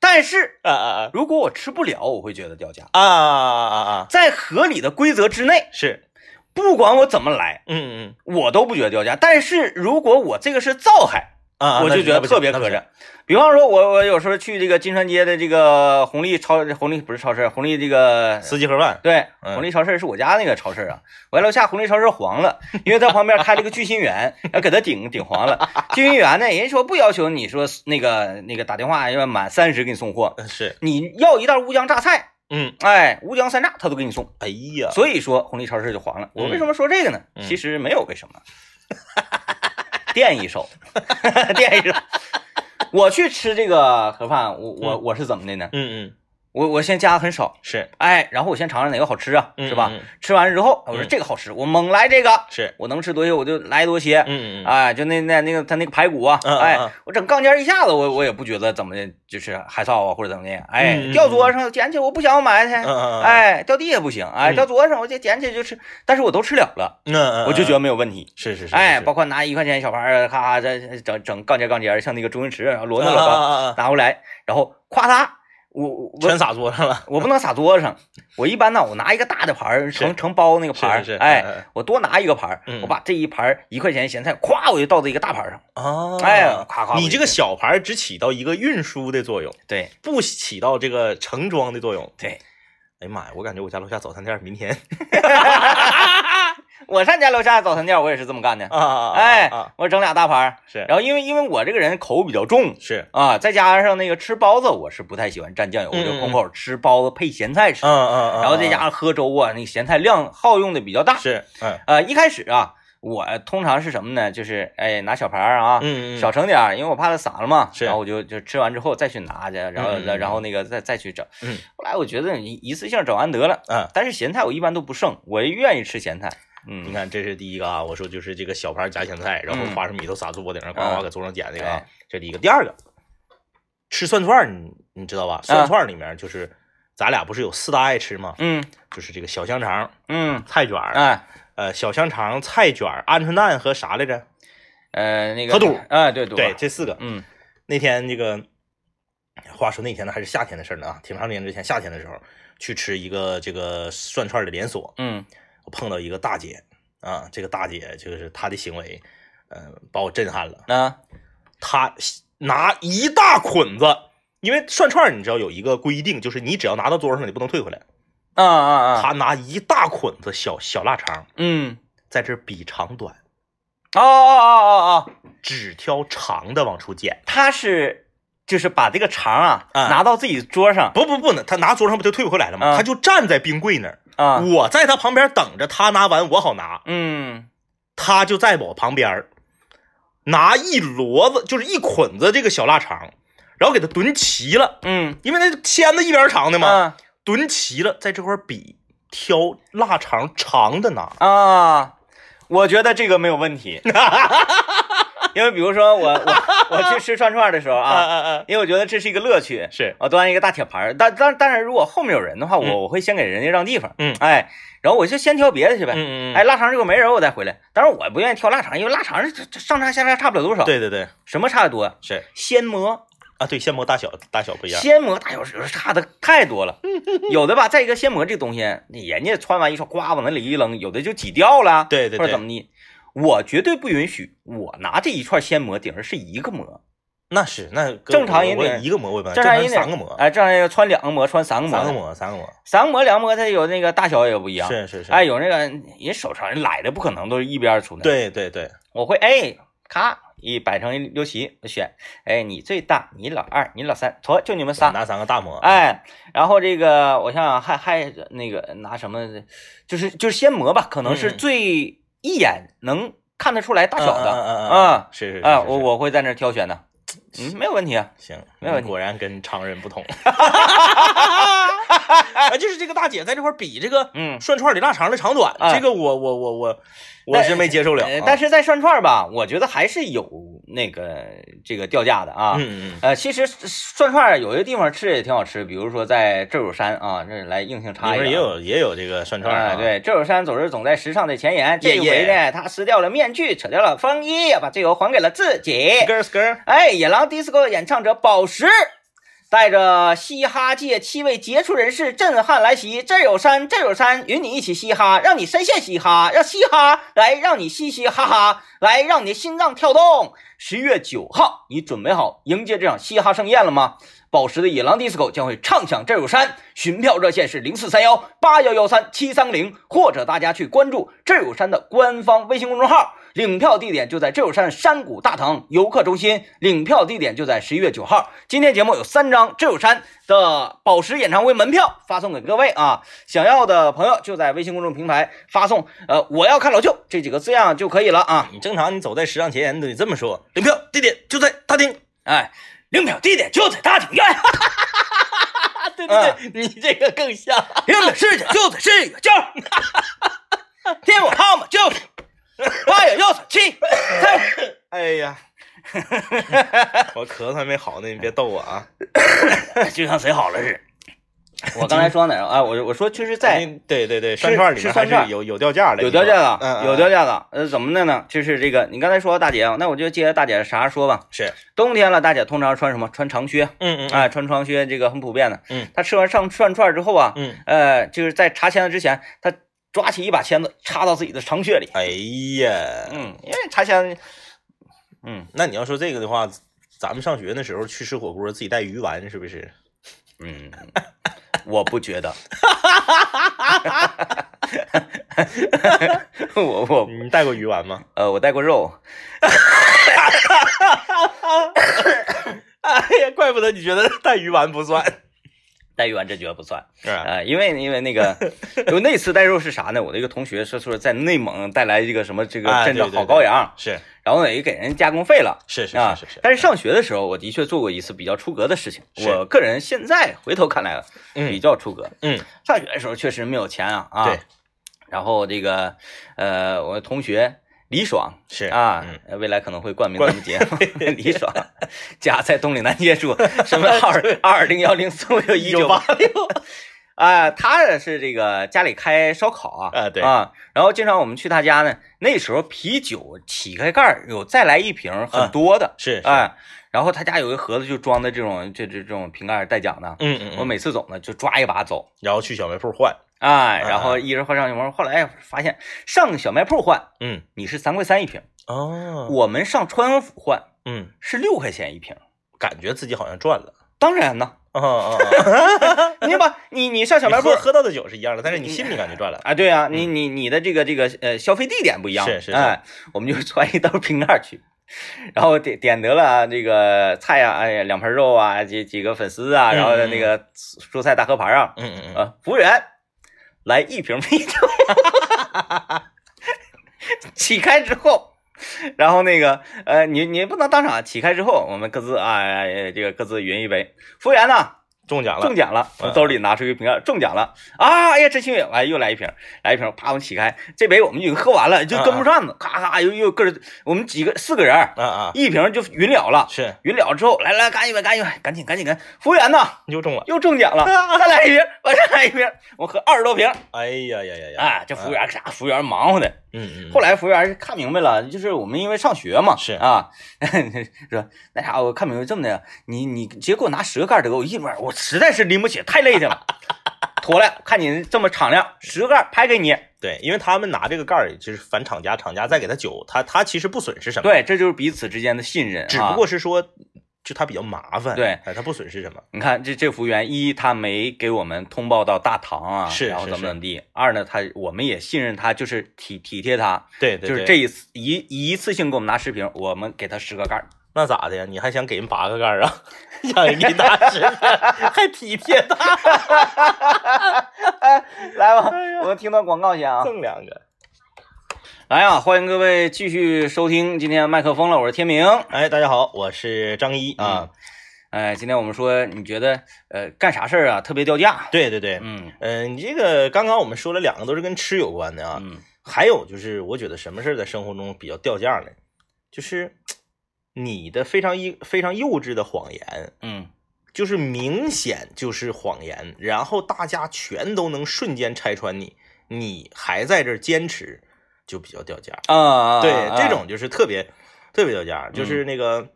[SPEAKER 1] 但是
[SPEAKER 2] 啊啊
[SPEAKER 1] 如果我吃不了，我会觉得掉价。
[SPEAKER 2] 啊啊啊啊！
[SPEAKER 1] 在合理的规则之内，
[SPEAKER 2] 是，
[SPEAKER 1] 不管我怎么来，
[SPEAKER 2] 嗯嗯
[SPEAKER 1] 我都不觉得掉价。但是如果我这个是造害，
[SPEAKER 2] 嗯啊，
[SPEAKER 1] 我就觉得特别磕碜。比方说我，我有时候去这个金川街的这个红利超，红利不是超市，红利这个
[SPEAKER 2] 司机盒饭，
[SPEAKER 1] 对，
[SPEAKER 2] 嗯
[SPEAKER 1] 红利超市是我家那个超市啊，我家楼下红利超市黄了，因为它旁边开了个聚鑫园，然后给它顶顶黄了。聚鑫园呢，人家说不要求你说那个那个打电话要满三十给你送货，
[SPEAKER 2] 呃是，
[SPEAKER 1] 你要一袋乌江榨菜，
[SPEAKER 2] 嗯，
[SPEAKER 1] 哎，乌江山楂他都给你送。
[SPEAKER 2] 哎呀，
[SPEAKER 1] 所以说红利超市就黄了。我为什么说这个呢？
[SPEAKER 2] 嗯
[SPEAKER 1] 其实没有为什么，垫一手， 垫一手。我去吃这个盒饭，我我我是怎么的呢？
[SPEAKER 2] 嗯嗯，
[SPEAKER 1] 我我先加很少，
[SPEAKER 2] 是
[SPEAKER 1] 哎，然后我先尝尝哪个好吃啊，
[SPEAKER 2] 嗯
[SPEAKER 1] 是吧？
[SPEAKER 2] 嗯
[SPEAKER 1] 吃完之后，我说
[SPEAKER 2] 嗯
[SPEAKER 1] 这个好吃，我猛来这个，
[SPEAKER 2] 是，
[SPEAKER 1] 我能吃多些我就来多些。
[SPEAKER 2] 嗯嗯嗯，
[SPEAKER 1] 哎，就那那那个他那个排骨啊，
[SPEAKER 2] 嗯嗯
[SPEAKER 1] 哎
[SPEAKER 2] 嗯，
[SPEAKER 1] 我整杠尖一下子，我我也不觉得怎么的，就是害臊啊或者怎么的，哎，
[SPEAKER 2] 嗯嗯嗯
[SPEAKER 1] 掉桌上捡起我不想买去，
[SPEAKER 2] 嗯嗯，嗯，
[SPEAKER 1] 哎，掉地下不行，哎，
[SPEAKER 2] 嗯
[SPEAKER 1] 掉桌上我就捡起来就吃，但是我都吃了了，
[SPEAKER 2] 嗯嗯，
[SPEAKER 1] 我就觉
[SPEAKER 2] 得
[SPEAKER 1] 得没有问题。
[SPEAKER 2] 是是是，
[SPEAKER 1] 哎，
[SPEAKER 2] 是
[SPEAKER 1] 包括拿一块钱小盘儿，咔咔再整整杠尖杠尖，像那个周星驰，然后摞
[SPEAKER 2] 啊
[SPEAKER 1] 摞
[SPEAKER 2] 啊
[SPEAKER 1] 摞
[SPEAKER 2] 啊啊，
[SPEAKER 1] 拿回来，然后咵嗒，我我
[SPEAKER 2] 全
[SPEAKER 1] 我
[SPEAKER 2] 洒桌上了，
[SPEAKER 1] 我不能撒桌子上，我一般呢，我拿一个大的盘儿，成成包那个盘
[SPEAKER 2] 是是
[SPEAKER 1] 儿，
[SPEAKER 2] 是嗯嗯
[SPEAKER 1] 哎，我多拿一个盘儿
[SPEAKER 2] 嗯，
[SPEAKER 1] 我把这一盘儿一块钱咸菜，咵我就倒在一个大盘儿上，
[SPEAKER 2] 啊
[SPEAKER 1] 哎，咵咵，
[SPEAKER 2] 你这个小牌只起到一个运输的作用，
[SPEAKER 1] 对
[SPEAKER 2] 不起到这个盛装的作用。
[SPEAKER 1] 对，
[SPEAKER 2] 哎呀妈呀，我感觉我家楼下早餐店明天
[SPEAKER 1] 我上家楼下早餐店我也是这么干的，
[SPEAKER 2] 啊
[SPEAKER 1] 哎
[SPEAKER 2] 啊，
[SPEAKER 1] 我整俩大盘儿，
[SPEAKER 2] 是
[SPEAKER 1] 然后因为因为我这个人口比较重
[SPEAKER 2] 是，
[SPEAKER 1] 啊，再加上那个吃包子，我是不太喜欢蘸酱油，我
[SPEAKER 2] 嗯
[SPEAKER 1] 就空口吃包子配咸菜吃，
[SPEAKER 2] 嗯嗯嗯，
[SPEAKER 1] 然后再加上喝粥啊，那个咸菜量耗用的比较大。
[SPEAKER 2] 是，嗯
[SPEAKER 1] 呃，一开始啊，我通常是什么呢？就是哎拿小盘儿啊，
[SPEAKER 2] 嗯嗯，
[SPEAKER 1] 小盛点儿，因为我怕它洒了嘛。
[SPEAKER 2] 是
[SPEAKER 1] 然后我就就吃完之后再去拿去，然后
[SPEAKER 2] 嗯嗯嗯
[SPEAKER 1] 然后那个再再去整。
[SPEAKER 2] 嗯，
[SPEAKER 1] 后来我觉得一一次性整完得了，
[SPEAKER 2] 嗯。
[SPEAKER 1] 但是咸菜我一般都不剩，我愿意吃咸菜。
[SPEAKER 2] 你
[SPEAKER 1] 嗯，
[SPEAKER 2] 看，这是第一个啊，我说就是这个小盘夹咸菜，然后
[SPEAKER 1] 嗯
[SPEAKER 2] 花生米都撒桌顶上，呱
[SPEAKER 1] 嗯
[SPEAKER 2] 呱搁桌上捡这个啊
[SPEAKER 1] 哎，
[SPEAKER 2] 这第一个。第二个，吃涮串儿，你你知道吧？涮串儿里面就是咱俩不是有四大爱吃吗？
[SPEAKER 1] 嗯
[SPEAKER 2] 就是这个小香肠、
[SPEAKER 1] 嗯，
[SPEAKER 2] 菜卷儿，
[SPEAKER 1] 哎
[SPEAKER 2] 呃，小香肠、菜卷儿、鹌鹑蛋和啥来着？
[SPEAKER 1] 呃那个
[SPEAKER 2] 可肚
[SPEAKER 1] 哎对肚
[SPEAKER 2] 对，这四个。
[SPEAKER 1] 嗯。
[SPEAKER 2] 那天这个话说那天呢，还是夏天的事儿呢啊，挺长时间之前，夏天的时候去吃一个这个涮串儿的连锁，
[SPEAKER 1] 嗯
[SPEAKER 2] 我碰到一个大姐啊，这个大姐就是她的行为，呃，把我震撼了。
[SPEAKER 1] 啊，
[SPEAKER 2] 她拿一大捆子，因为涮串儿你知道有一个规定，就是你只要拿到桌上，你不能退回来。
[SPEAKER 1] 啊啊啊，
[SPEAKER 2] 她拿一大捆子小小腊肠，
[SPEAKER 1] 嗯，
[SPEAKER 2] 在这儿比长短，
[SPEAKER 1] 哦哦哦哦哦，
[SPEAKER 2] 只挑长的往出捡。
[SPEAKER 1] 他是就是把这个肠啊、
[SPEAKER 2] 啊
[SPEAKER 1] 拿到自己桌上
[SPEAKER 2] 不不不能，他拿桌上不就退不回来了吗？
[SPEAKER 1] 啊
[SPEAKER 2] 他就站在冰柜那儿，
[SPEAKER 1] 啊，
[SPEAKER 2] 我在他旁边等着他拿完，我好拿。
[SPEAKER 1] 嗯
[SPEAKER 2] 他就在我旁边儿拿一摞子，就是一捆子这个小腊肠，然后给他蹲齐了，
[SPEAKER 1] 嗯，
[SPEAKER 2] 因为那签子一边长的嘛，
[SPEAKER 1] 啊
[SPEAKER 2] 蹲齐了，在这块儿比挑腊肠长的拿。
[SPEAKER 1] 啊，我觉得这个没有问 题，因为比如说我我我去吃串串的时候啊，
[SPEAKER 2] 啊！
[SPEAKER 1] 因为我觉得这是一个乐趣。
[SPEAKER 2] 是，
[SPEAKER 1] 我端一个大铁盘儿，但但但是如果后面有人的话，我、
[SPEAKER 2] 嗯
[SPEAKER 1] 我会先给人家让地方，
[SPEAKER 2] 嗯
[SPEAKER 1] 哎，然后我就先挑别的去呗，
[SPEAKER 2] 嗯嗯，
[SPEAKER 1] 哎，，腊肠如果没人我再回来，当然我不愿意挑腊肠，因为腊肠这这上差下差差不了多少，，
[SPEAKER 2] 对对对，
[SPEAKER 1] 什么差得多？
[SPEAKER 2] 是
[SPEAKER 1] 鲜蘑，
[SPEAKER 2] 啊，对，现磨大小大小不一样。
[SPEAKER 1] 鲜蘑大小时差的太多 了，有的吧，再一个鲜蘑这东西，人家穿完一双，呱往那里一扔，有的就挤掉了，
[SPEAKER 2] 对对
[SPEAKER 1] 或者怎
[SPEAKER 2] 对，
[SPEAKER 1] 么的，我绝对不允许，我拿这一串鲜蘑顶上是一个蘑，
[SPEAKER 2] 那是那哥
[SPEAKER 1] 正常人
[SPEAKER 2] 我
[SPEAKER 1] 得
[SPEAKER 2] 我一个馍我也不能，
[SPEAKER 1] 正
[SPEAKER 2] 常
[SPEAKER 1] 人
[SPEAKER 2] 人
[SPEAKER 1] 得
[SPEAKER 2] 三个馍，
[SPEAKER 1] 哎，正常人穿两个蘑，穿三个
[SPEAKER 2] 啊三个
[SPEAKER 1] 蘑，
[SPEAKER 2] 馍，三个馍。
[SPEAKER 1] 三个蘑两个蘑它有那个大小也不一样，
[SPEAKER 2] 是是是，
[SPEAKER 1] 哎，，有那个人手长人来的不可能都是一边出的，，
[SPEAKER 2] 对对对，
[SPEAKER 1] 我会哎咔一摆成六七，我选，哎你最大，你老二，你老三，妥，就你们仨，
[SPEAKER 2] 拿三个大馍，
[SPEAKER 1] 哎，然后这个我想想还还那个拿什么，就是就是鲜蘑吧，可能是
[SPEAKER 2] 嗯嗯
[SPEAKER 1] 最一眼能看得出来大
[SPEAKER 2] 嗯，
[SPEAKER 1] 小的
[SPEAKER 2] 嗯嗯
[SPEAKER 1] 啊
[SPEAKER 2] 嗯，是是是
[SPEAKER 1] 啊，
[SPEAKER 2] 是
[SPEAKER 1] 我
[SPEAKER 2] 是
[SPEAKER 1] 我会在那儿挑选的，嗯，没有问题啊，
[SPEAKER 2] 行，
[SPEAKER 1] 没问
[SPEAKER 2] 你
[SPEAKER 1] 题
[SPEAKER 2] 果然跟常人 不同， 啊，就是这个大姐在这块儿比这个
[SPEAKER 1] 嗯。
[SPEAKER 2] 涮串里腊肠的长短，
[SPEAKER 1] 哎
[SPEAKER 2] 这个我我我我我是没接受了
[SPEAKER 1] 呃，，
[SPEAKER 2] 啊
[SPEAKER 1] 但是在涮串儿吧，我觉得还是有那个这个掉价的啊。
[SPEAKER 2] 嗯嗯
[SPEAKER 1] 呃，其实涮串儿有些地方吃也挺好吃，比如说在这首山啊，这来硬性
[SPEAKER 2] 嗯，
[SPEAKER 1] 插
[SPEAKER 2] 里
[SPEAKER 1] 一个啊，
[SPEAKER 2] 面也有也有这个涮串
[SPEAKER 1] 哎
[SPEAKER 2] 啊，，
[SPEAKER 1] 对，这首山总是总在时尚的前沿。这
[SPEAKER 2] 耶
[SPEAKER 1] 一
[SPEAKER 2] 耶
[SPEAKER 1] 回呢，他撕掉了面具，扯掉了风衣，把自由还给了自己。
[SPEAKER 2] 根儿根儿，
[SPEAKER 1] 哎，野狼 disco 演唱者宝石，带着嘻哈界七位杰出人士震撼来袭，这儿有山，这儿有山，与你一起嘻哈，让你深陷嘻哈，让嘻哈来让你嘻嘻哈哈，来让你的心脏跳动。十月九号，你准备好迎接这场嘻哈盛宴了吗？宝石的野狼 disco 将会唱响这儿有山，寻票热线是零四三幺八幺幺三七三零，或者大家去关注这儿有山的官方微信公众号。领票地点就在这有山山谷大堂游客中心，领票地点就在十一月九号。今天节目有三张这有山的宝石演唱会门票发送给各位啊，想要的朋友就在微信公众平台发送呃“我要看老舅”这几个字样就可以了啊。
[SPEAKER 2] 你正常，你走在时尚前沿，你得这么说。领票地点就在大厅。
[SPEAKER 1] 哎，领票地点就在大庭院，
[SPEAKER 2] 对
[SPEAKER 1] 啊对
[SPEAKER 2] 对，你这个更像。
[SPEAKER 1] 领表事情就在市远郊， 电话号码就是八九幺三七。
[SPEAKER 2] 哎 呀，我咳嗽还没好呢，你别逗我啊！
[SPEAKER 1] 哎就像谁好了似的。我刚才说到哪儿了？哎，我我说就是在
[SPEAKER 2] 对对对，涮串里
[SPEAKER 1] 吃
[SPEAKER 2] 面还
[SPEAKER 1] 涮串
[SPEAKER 2] 是有有掉价的，
[SPEAKER 1] 有掉价
[SPEAKER 2] 的，
[SPEAKER 1] 的，
[SPEAKER 2] 嗯，
[SPEAKER 1] 有
[SPEAKER 2] 价
[SPEAKER 1] 掉价的。呃，怎么的呢？就是这个，你刚才说大姐，啊那我就接大姐啥说吧。
[SPEAKER 2] 是，
[SPEAKER 1] 冬天了，大姐通常穿什么？穿长靴，
[SPEAKER 2] 嗯嗯
[SPEAKER 1] 哎，穿长靴这个很普遍的。
[SPEAKER 2] 嗯，
[SPEAKER 1] 她吃完上涮串之后啊，
[SPEAKER 2] 嗯，
[SPEAKER 1] 呃，就是在查签子之前，她抓起一把签子插到自己的长靴里。
[SPEAKER 2] 哎呀，
[SPEAKER 1] 嗯，因为查签，嗯
[SPEAKER 2] 那你要说这个的话，咱们上学那时候去吃火锅，自己带鱼丸是不是？
[SPEAKER 1] 嗯，我不觉 得，我我
[SPEAKER 2] 你带过鱼丸吗？
[SPEAKER 1] 呃，我带过肉。
[SPEAKER 2] 哎呀，怪不得你觉得带鱼丸不算，
[SPEAKER 1] 带鱼丸这绝不算，
[SPEAKER 2] 是啊吧？
[SPEAKER 1] 呃，因为因为那个，因为那次带肉是啥呢？我的一个同学是说在内蒙带来这个什么这个
[SPEAKER 2] 啊
[SPEAKER 1] 镇
[SPEAKER 2] 对
[SPEAKER 1] 的
[SPEAKER 2] 对
[SPEAKER 1] 好
[SPEAKER 2] 对
[SPEAKER 1] 羔羊，
[SPEAKER 2] 是
[SPEAKER 1] 然后呢也给人加工费了
[SPEAKER 2] 是是
[SPEAKER 1] 啊
[SPEAKER 2] 是是。是，
[SPEAKER 1] 但是上学的时候，我的确做过一次比较出格的事情。
[SPEAKER 2] 是
[SPEAKER 1] 我个人现在回头看来，
[SPEAKER 2] 嗯
[SPEAKER 1] 比较出格。
[SPEAKER 2] 嗯，
[SPEAKER 1] 上学的时候确实没有钱啊啊
[SPEAKER 2] 对。
[SPEAKER 1] 然后这个呃，我同学李爽
[SPEAKER 2] 是
[SPEAKER 1] 啊
[SPEAKER 2] 嗯，
[SPEAKER 1] 未来可能会冠名
[SPEAKER 2] 冠
[SPEAKER 1] 咱们节 目。李爽家在东岭南街处，身
[SPEAKER 2] 哎
[SPEAKER 1] 份号二零幺零四五六一九八六。 啊，他是这个家里开烧烤啊，
[SPEAKER 2] 啊对
[SPEAKER 1] 啊，然后经常我们去他家呢。那时候啤酒起开盖儿有再来一瓶儿，很
[SPEAKER 2] 嗯
[SPEAKER 1] 多的，
[SPEAKER 2] 是是
[SPEAKER 1] 哎，然后他家有一盒子就装的这种这这这种瓶盖儿带奖的，
[SPEAKER 2] 嗯嗯
[SPEAKER 1] 我
[SPEAKER 2] 嗯，
[SPEAKER 1] 每次走呢就抓一把走，
[SPEAKER 2] 然后去小卖铺换，
[SPEAKER 1] 哎，然后
[SPEAKER 2] 啊
[SPEAKER 1] 一直换上小卖铺，后来发现上小卖铺换
[SPEAKER 2] 嗯
[SPEAKER 1] 你是三块三一瓶，
[SPEAKER 2] 哦，
[SPEAKER 1] 我们上川府换
[SPEAKER 2] 嗯，
[SPEAKER 1] 是六块钱一瓶。
[SPEAKER 2] 感觉自己好像赚了。
[SPEAKER 1] 当然呢，
[SPEAKER 2] 啊啊 啊！
[SPEAKER 1] 你 把你你上小卖
[SPEAKER 2] 你
[SPEAKER 1] 部
[SPEAKER 2] 喝喝到的酒是一样的，但是你心里感觉赚了。
[SPEAKER 1] 啊，对啊，你你你的这个这个呃消费地点不一样，
[SPEAKER 2] 是是是
[SPEAKER 1] 哎，我们就揣一兜瓶盖去，然后点点得了这个菜啊，哎呀，两盆肉啊，几几个粉丝啊，
[SPEAKER 2] 嗯
[SPEAKER 1] 然后那个蔬菜大和盘啊，
[SPEAKER 2] 嗯嗯嗯，
[SPEAKER 1] 啊，服务员来一瓶啤酒， 起开之后。然后那个，呃，你你不能当场起开之后，我们各自啊、哎这个各自匀一杯。服务员呢，
[SPEAKER 2] 中奖了
[SPEAKER 1] 中。奖了！
[SPEAKER 2] 嗯
[SPEAKER 1] 从兜里拿出一个瓶盖，中奖了！啊，哎呀，真幸运！完又来一瓶，来一瓶，啪，我们起开，这杯我们已经喝完了，就跟不上了，咔咔又又个人，我们几个四个人儿，
[SPEAKER 2] 啊啊，
[SPEAKER 1] 一瓶就匀了了。
[SPEAKER 2] 是
[SPEAKER 1] 匀了之后，来来，干一杯，干一杯，赶紧赶紧赶紧！服务员呐，
[SPEAKER 2] 你就中了。
[SPEAKER 1] 又中奖 了，再来一瓶，我再来一瓶，我喝二十多瓶。
[SPEAKER 2] 哎呀呀呀呀！
[SPEAKER 1] 哎，这服务员啥？服务员忙活的。
[SPEAKER 2] 嗯嗯，
[SPEAKER 1] 后来服务员看明白了，就是我们因为上学嘛，
[SPEAKER 2] 是
[SPEAKER 1] 啊， 说那啥，我看明白这么的，你你直接给我拿十个盖儿的给我一碗，我实在是拎不起，太累挺 了。妥了，看你这么敞亮，十个盖儿拍给你。
[SPEAKER 2] 对，因为他们拿这个盖儿就是返厂家，厂家再给他酒，他他其实不损失什么，，
[SPEAKER 1] 对，这就是彼此之间的信任、啊。
[SPEAKER 2] 只不过是说就他比较麻烦，
[SPEAKER 1] 对
[SPEAKER 2] 哎，他不损失什么，
[SPEAKER 1] 你看这这服务员，一他没给我们通报到大堂啊，
[SPEAKER 2] 是
[SPEAKER 1] 然后
[SPEAKER 2] 是
[SPEAKER 1] 怎么
[SPEAKER 2] 是
[SPEAKER 1] 怎么地。二呢，他我们也信任他，就是体体贴他，
[SPEAKER 2] 对对，
[SPEAKER 1] 就是这
[SPEAKER 2] 对。
[SPEAKER 1] 一次一一次性给我们拿十瓶，我们给他十个盖儿。
[SPEAKER 2] 那咋的呀？你还想给人八个盖儿啊？ 让人给你打 十个， 还体贴他，
[SPEAKER 1] 来吧，
[SPEAKER 2] 哎
[SPEAKER 1] 我们听段广告先啊。
[SPEAKER 2] 赠两个。
[SPEAKER 1] 来呀、欢迎各位继续收听今天麦克风了，我是天明。
[SPEAKER 2] 哎，大家好，我是张一啊，
[SPEAKER 1] 哎，今天我们说，你觉得呃干啥事儿啊特别掉价？
[SPEAKER 2] 对对对，
[SPEAKER 1] 嗯
[SPEAKER 2] 嗯，你这个刚刚我们说了两个都是跟吃有关的啊，
[SPEAKER 1] 嗯，
[SPEAKER 2] 还有就是，我觉得什么事儿在生活中比较掉价呢？就是你的非常一非常幼稚的谎言，
[SPEAKER 1] 嗯，
[SPEAKER 2] 就是明显就是谎言，然后大家全都能瞬间拆穿你，你还在这儿坚持，就比较掉价。
[SPEAKER 1] 啊啊，啊
[SPEAKER 2] 对，
[SPEAKER 1] 啊嗯
[SPEAKER 2] 这种就是特别特别掉价，就是那个，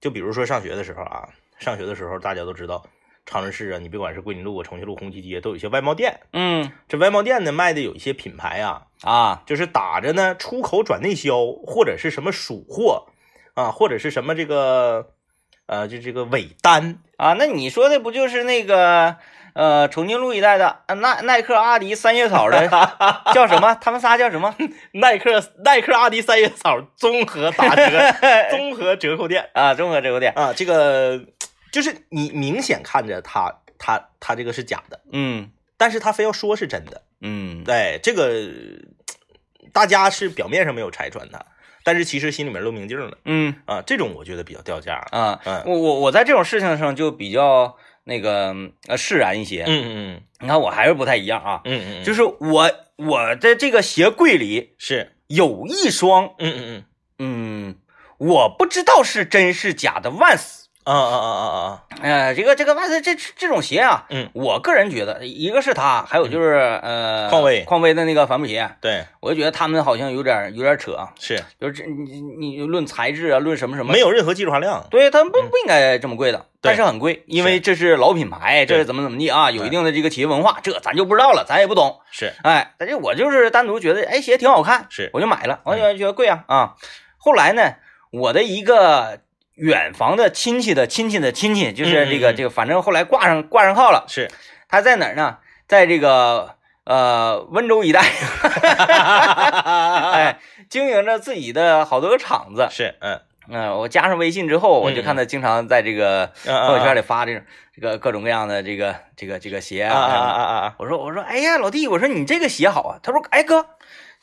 [SPEAKER 2] 就比如说上学的时候啊，上学的时候，大家都知道，长春市啊，你别管是桂林路啊、重庆路、红旗街，都有一些外贸店。
[SPEAKER 1] 嗯
[SPEAKER 2] 这外贸店呢，卖的有一些品牌啊，
[SPEAKER 1] 啊，
[SPEAKER 2] 就是打着呢出口转内销，或者是什么暑货啊，或者是什么这个呃，就这个尾单，
[SPEAKER 1] 啊，那你说的不就是那个呃重庆路一带的呃耐耐克、阿迪、三叶草 的叫什么？他们仨叫什么？
[SPEAKER 2] 耐克耐克、阿迪、三叶草综合打折综合折扣店
[SPEAKER 1] 啊，综合折扣店。
[SPEAKER 2] 啊，这个就是你明显看着它它它这个是假的，
[SPEAKER 1] 嗯
[SPEAKER 2] 但是他非要说是真的。
[SPEAKER 1] 嗯
[SPEAKER 2] 对，这个大家是表面上没有拆穿他，但是其实心里面露明镜了
[SPEAKER 1] 嗯
[SPEAKER 2] 啊。这种我觉得比较掉价了。
[SPEAKER 1] 啊，
[SPEAKER 2] 嗯
[SPEAKER 1] 我我我在这种事情上就比较那个呃释然一些。
[SPEAKER 2] 嗯嗯
[SPEAKER 1] 你看我还是不太一样啊，
[SPEAKER 2] 嗯嗯嗯，
[SPEAKER 1] 就是是我我的这个鞋柜里
[SPEAKER 2] 是，
[SPEAKER 1] 有一双，
[SPEAKER 2] 嗯嗯
[SPEAKER 1] 嗯，我不知道是真是假的 Vans。
[SPEAKER 2] 嗯，啊啊啊啊啊，
[SPEAKER 1] 呃，这个这个 Vans 这这种鞋啊，
[SPEAKER 2] 嗯，
[SPEAKER 1] 我个人觉得，一个是它，还有就是呃，
[SPEAKER 2] 匡威
[SPEAKER 1] 匡威的那个帆布鞋，
[SPEAKER 2] 对，
[SPEAKER 1] 我就觉得他们好像有点有点扯啊，
[SPEAKER 2] 是
[SPEAKER 1] 就是这你你你论材质啊，论什么什么
[SPEAKER 2] 没，有任何技术含量。
[SPEAKER 1] 对，它不不应该这么贵的，但
[SPEAKER 2] 嗯对
[SPEAKER 1] 是很贵，因为这是老品牌，这是怎么怎么地啊，有一定的这个企业文化，这咱就不知道了，咱也不懂。
[SPEAKER 2] 是
[SPEAKER 1] 哎，但是我就是单独觉得，哎，鞋挺好看，
[SPEAKER 2] 是
[SPEAKER 1] 我就买了，我
[SPEAKER 2] 嗯
[SPEAKER 1] 就觉得贵啊啊。后来呢，我的一个远房的亲戚的亲戚的亲戚，就是这个
[SPEAKER 2] 嗯嗯嗯
[SPEAKER 1] 这个，反正后来挂上挂上号了，
[SPEAKER 2] 是，
[SPEAKER 1] 他在哪儿呢？在这个呃温州一带， 哎，经营着自己的好多个厂子。
[SPEAKER 2] 是，嗯，
[SPEAKER 1] 嗯、我加上微信之后，我就看他经常在这个
[SPEAKER 2] 啊
[SPEAKER 1] 朋友圈
[SPEAKER 2] 里
[SPEAKER 1] 里发这种这个各种各样的这个这个这个鞋
[SPEAKER 2] 啊啊
[SPEAKER 1] 什么的
[SPEAKER 2] 啊啊啊，
[SPEAKER 1] 我说我说，哎呀，老弟，我说你这个鞋好啊。他说，哎哥，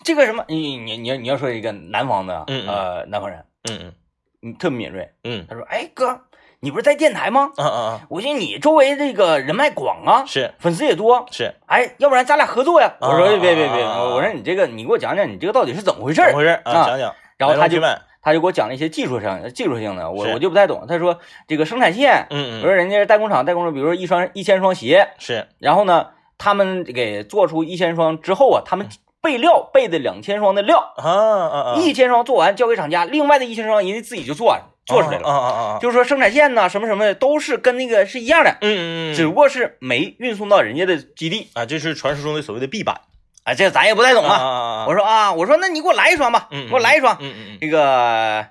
[SPEAKER 1] 这个什么，你你你要你要说一个南方的，
[SPEAKER 2] 嗯嗯
[SPEAKER 1] 呃，南方人，
[SPEAKER 2] 嗯
[SPEAKER 1] 你特别敏锐。
[SPEAKER 2] 嗯嗯，
[SPEAKER 1] 他说，哎哥，你不是在电台吗？
[SPEAKER 2] 啊啊啊，
[SPEAKER 1] 我寻思你周围这个人脉广啊，
[SPEAKER 2] 是
[SPEAKER 1] 粉丝也多，
[SPEAKER 2] 是，
[SPEAKER 1] 哎，要不然咱俩合作呀？
[SPEAKER 2] 啊
[SPEAKER 1] 我说别别
[SPEAKER 2] 啊
[SPEAKER 1] 别，
[SPEAKER 2] 啊啊
[SPEAKER 1] 我我说你这个，你给我讲讲你这个到底是怎么回事
[SPEAKER 2] 怎么
[SPEAKER 1] 儿。
[SPEAKER 2] 回事啊？讲讲，
[SPEAKER 1] 然后他就
[SPEAKER 2] 问，
[SPEAKER 1] 他就给我讲了一些技术上技术性的，我
[SPEAKER 2] 是
[SPEAKER 1] 我就不太懂。他说这个生产线，
[SPEAKER 2] 嗯
[SPEAKER 1] 我说
[SPEAKER 2] 嗯，
[SPEAKER 1] 人家是代工厂代工厂，比如说一双一千双鞋，
[SPEAKER 2] 是，
[SPEAKER 1] 然后呢，他们给做出一千双之后啊，他们
[SPEAKER 2] 嗯
[SPEAKER 1] 备料备的两千双的料，
[SPEAKER 2] 啊啊啊，
[SPEAKER 1] 一千双做完交给厂家，另外的一千双人家自己就做做出来了。
[SPEAKER 2] 啊啊啊，
[SPEAKER 1] 就是说生产线呐、什么什么的都是跟那个是一样的，
[SPEAKER 2] 嗯嗯
[SPEAKER 1] 只不过是没运送到人家的基地
[SPEAKER 2] 啊，这是传说中的所谓的 B 版，
[SPEAKER 1] 啊，这咱也不太懂
[SPEAKER 2] 啊
[SPEAKER 1] 啊。
[SPEAKER 2] 啊啊，
[SPEAKER 1] 我说啊，我说那你给我来一双吧，
[SPEAKER 2] 嗯，
[SPEAKER 1] 给我来一双，
[SPEAKER 2] 嗯嗯嗯，
[SPEAKER 1] 这个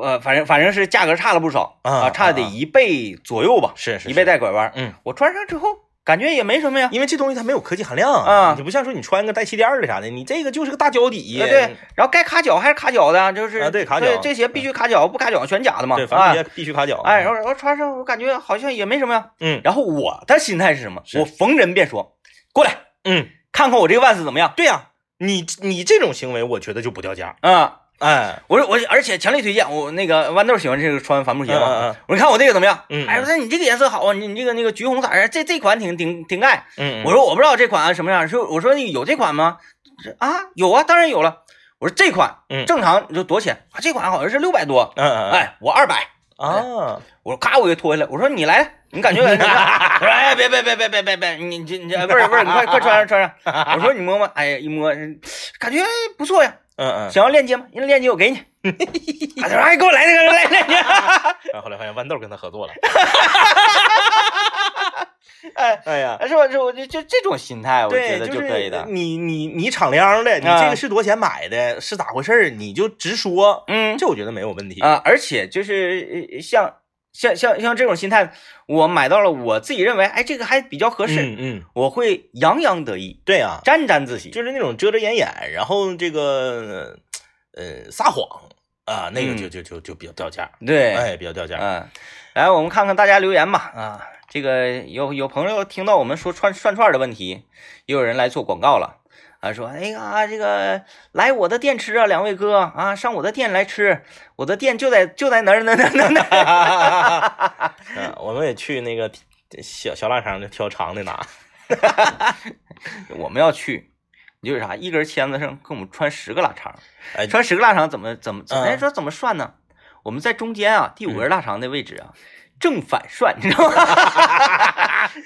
[SPEAKER 1] 呃，反正反正是价格差了不少
[SPEAKER 2] 啊
[SPEAKER 1] 差得
[SPEAKER 2] 啊啊
[SPEAKER 1] 一倍左右吧，
[SPEAKER 2] 是是
[SPEAKER 1] 一倍带拐弯。
[SPEAKER 2] 嗯，
[SPEAKER 1] 我穿上之后感觉也没什么呀，
[SPEAKER 2] 因为这东西它没有科技含量
[SPEAKER 1] 啊
[SPEAKER 2] 你不像说你穿个带气垫儿的啥的，你这个就是个大胶底，
[SPEAKER 1] 啊对，然后该卡脚还是卡脚的，就是、
[SPEAKER 2] 啊对卡脚
[SPEAKER 1] 这鞋必须卡脚，不卡脚全假的嘛。
[SPEAKER 2] 对，帆布
[SPEAKER 1] 啊
[SPEAKER 2] 鞋必须卡脚，
[SPEAKER 1] 哎，然后然后穿上我感觉好像也没什么呀。
[SPEAKER 2] 嗯
[SPEAKER 1] 然后我的心态是什么？
[SPEAKER 2] 是
[SPEAKER 1] 我逢人便说，过来
[SPEAKER 2] 嗯，
[SPEAKER 1] 看看我这个万斯怎么样。
[SPEAKER 2] 对呀，你你这种行为我觉得就不掉价，
[SPEAKER 1] 啊、
[SPEAKER 2] 哎，
[SPEAKER 1] 我说我而且强烈推荐，我那个豌豆喜欢这个穿帆布鞋嘛。
[SPEAKER 2] 嗯嗯嗯
[SPEAKER 1] 我说你看我这个怎么样？
[SPEAKER 2] 嗯嗯
[SPEAKER 1] 哎，我说你这个颜色好啊，你你这个那个橘红色儿，这这款挺挺挺爱。
[SPEAKER 2] 嗯
[SPEAKER 1] 我说我不知道这款啊什么样，说我说有这款吗？啊，有啊，当然有了。我说这款，
[SPEAKER 2] 嗯
[SPEAKER 1] 正常就多少钱啊？这款好像是六百多，
[SPEAKER 2] 嗯嗯，哎
[SPEAKER 1] 哎，我二百。
[SPEAKER 2] 啊，
[SPEAKER 1] 我说咔，我就拖下来。我说你来，你感觉？我说 哎，别别别别别别别，你这你这不是不是，你快 快穿上穿上。我说你摸摸，哎呀，一摸感觉不错呀。
[SPEAKER 2] 嗯 嗯，
[SPEAKER 1] 想要链接吗？人链接我给你。他说哎，给我来那个来链接。
[SPEAKER 2] 啊然后后来发现豌豆跟他 合作了，
[SPEAKER 1] 哎，
[SPEAKER 2] 哎呀。
[SPEAKER 1] 是吧？是我就就这种心态，我觉
[SPEAKER 2] 对，
[SPEAKER 1] 得
[SPEAKER 2] 就
[SPEAKER 1] 可以的啊
[SPEAKER 2] 是。你你你敞亮的，你这个是多少钱买的，是咋回事儿，你就直说，
[SPEAKER 1] 嗯
[SPEAKER 2] 这我觉得没有问题。
[SPEAKER 1] 啊，而且就是呃像像像像这种心态，我买到了，我自己认为哎，这个还比较合适，
[SPEAKER 2] 嗯嗯，
[SPEAKER 1] 我会洋洋得意，
[SPEAKER 2] 对呀，
[SPEAKER 1] 沾沾自喜。
[SPEAKER 2] 就是那种遮遮掩掩，然后这个呃撒谎啊，那个就就就就比较掉价，
[SPEAKER 1] 嗯对，
[SPEAKER 2] 哎，比较掉价。
[SPEAKER 1] 嗯，来，我们看看大家留言吧。啊，这个有有朋友听到我们说串串串的问题，也有人来做广告了。啊，说哎呀，这个来我的店吃啊，两位哥啊，上我的店来吃，我的店就在就在哪儿哪儿哪儿哪儿哪儿。
[SPEAKER 2] 嗯，我们也去那个小小腊肠就挑长的 拿，
[SPEAKER 1] 我们要去，你就是啥，一根签子上给我们穿十个腊肠，
[SPEAKER 2] 哎
[SPEAKER 1] 穿十个腊肠怎么怎么怎么？哎
[SPEAKER 2] 嗯
[SPEAKER 1] 人家说怎么算呢？我们在中间啊，第五根腊肠的位置啊，正反算，你知道吗？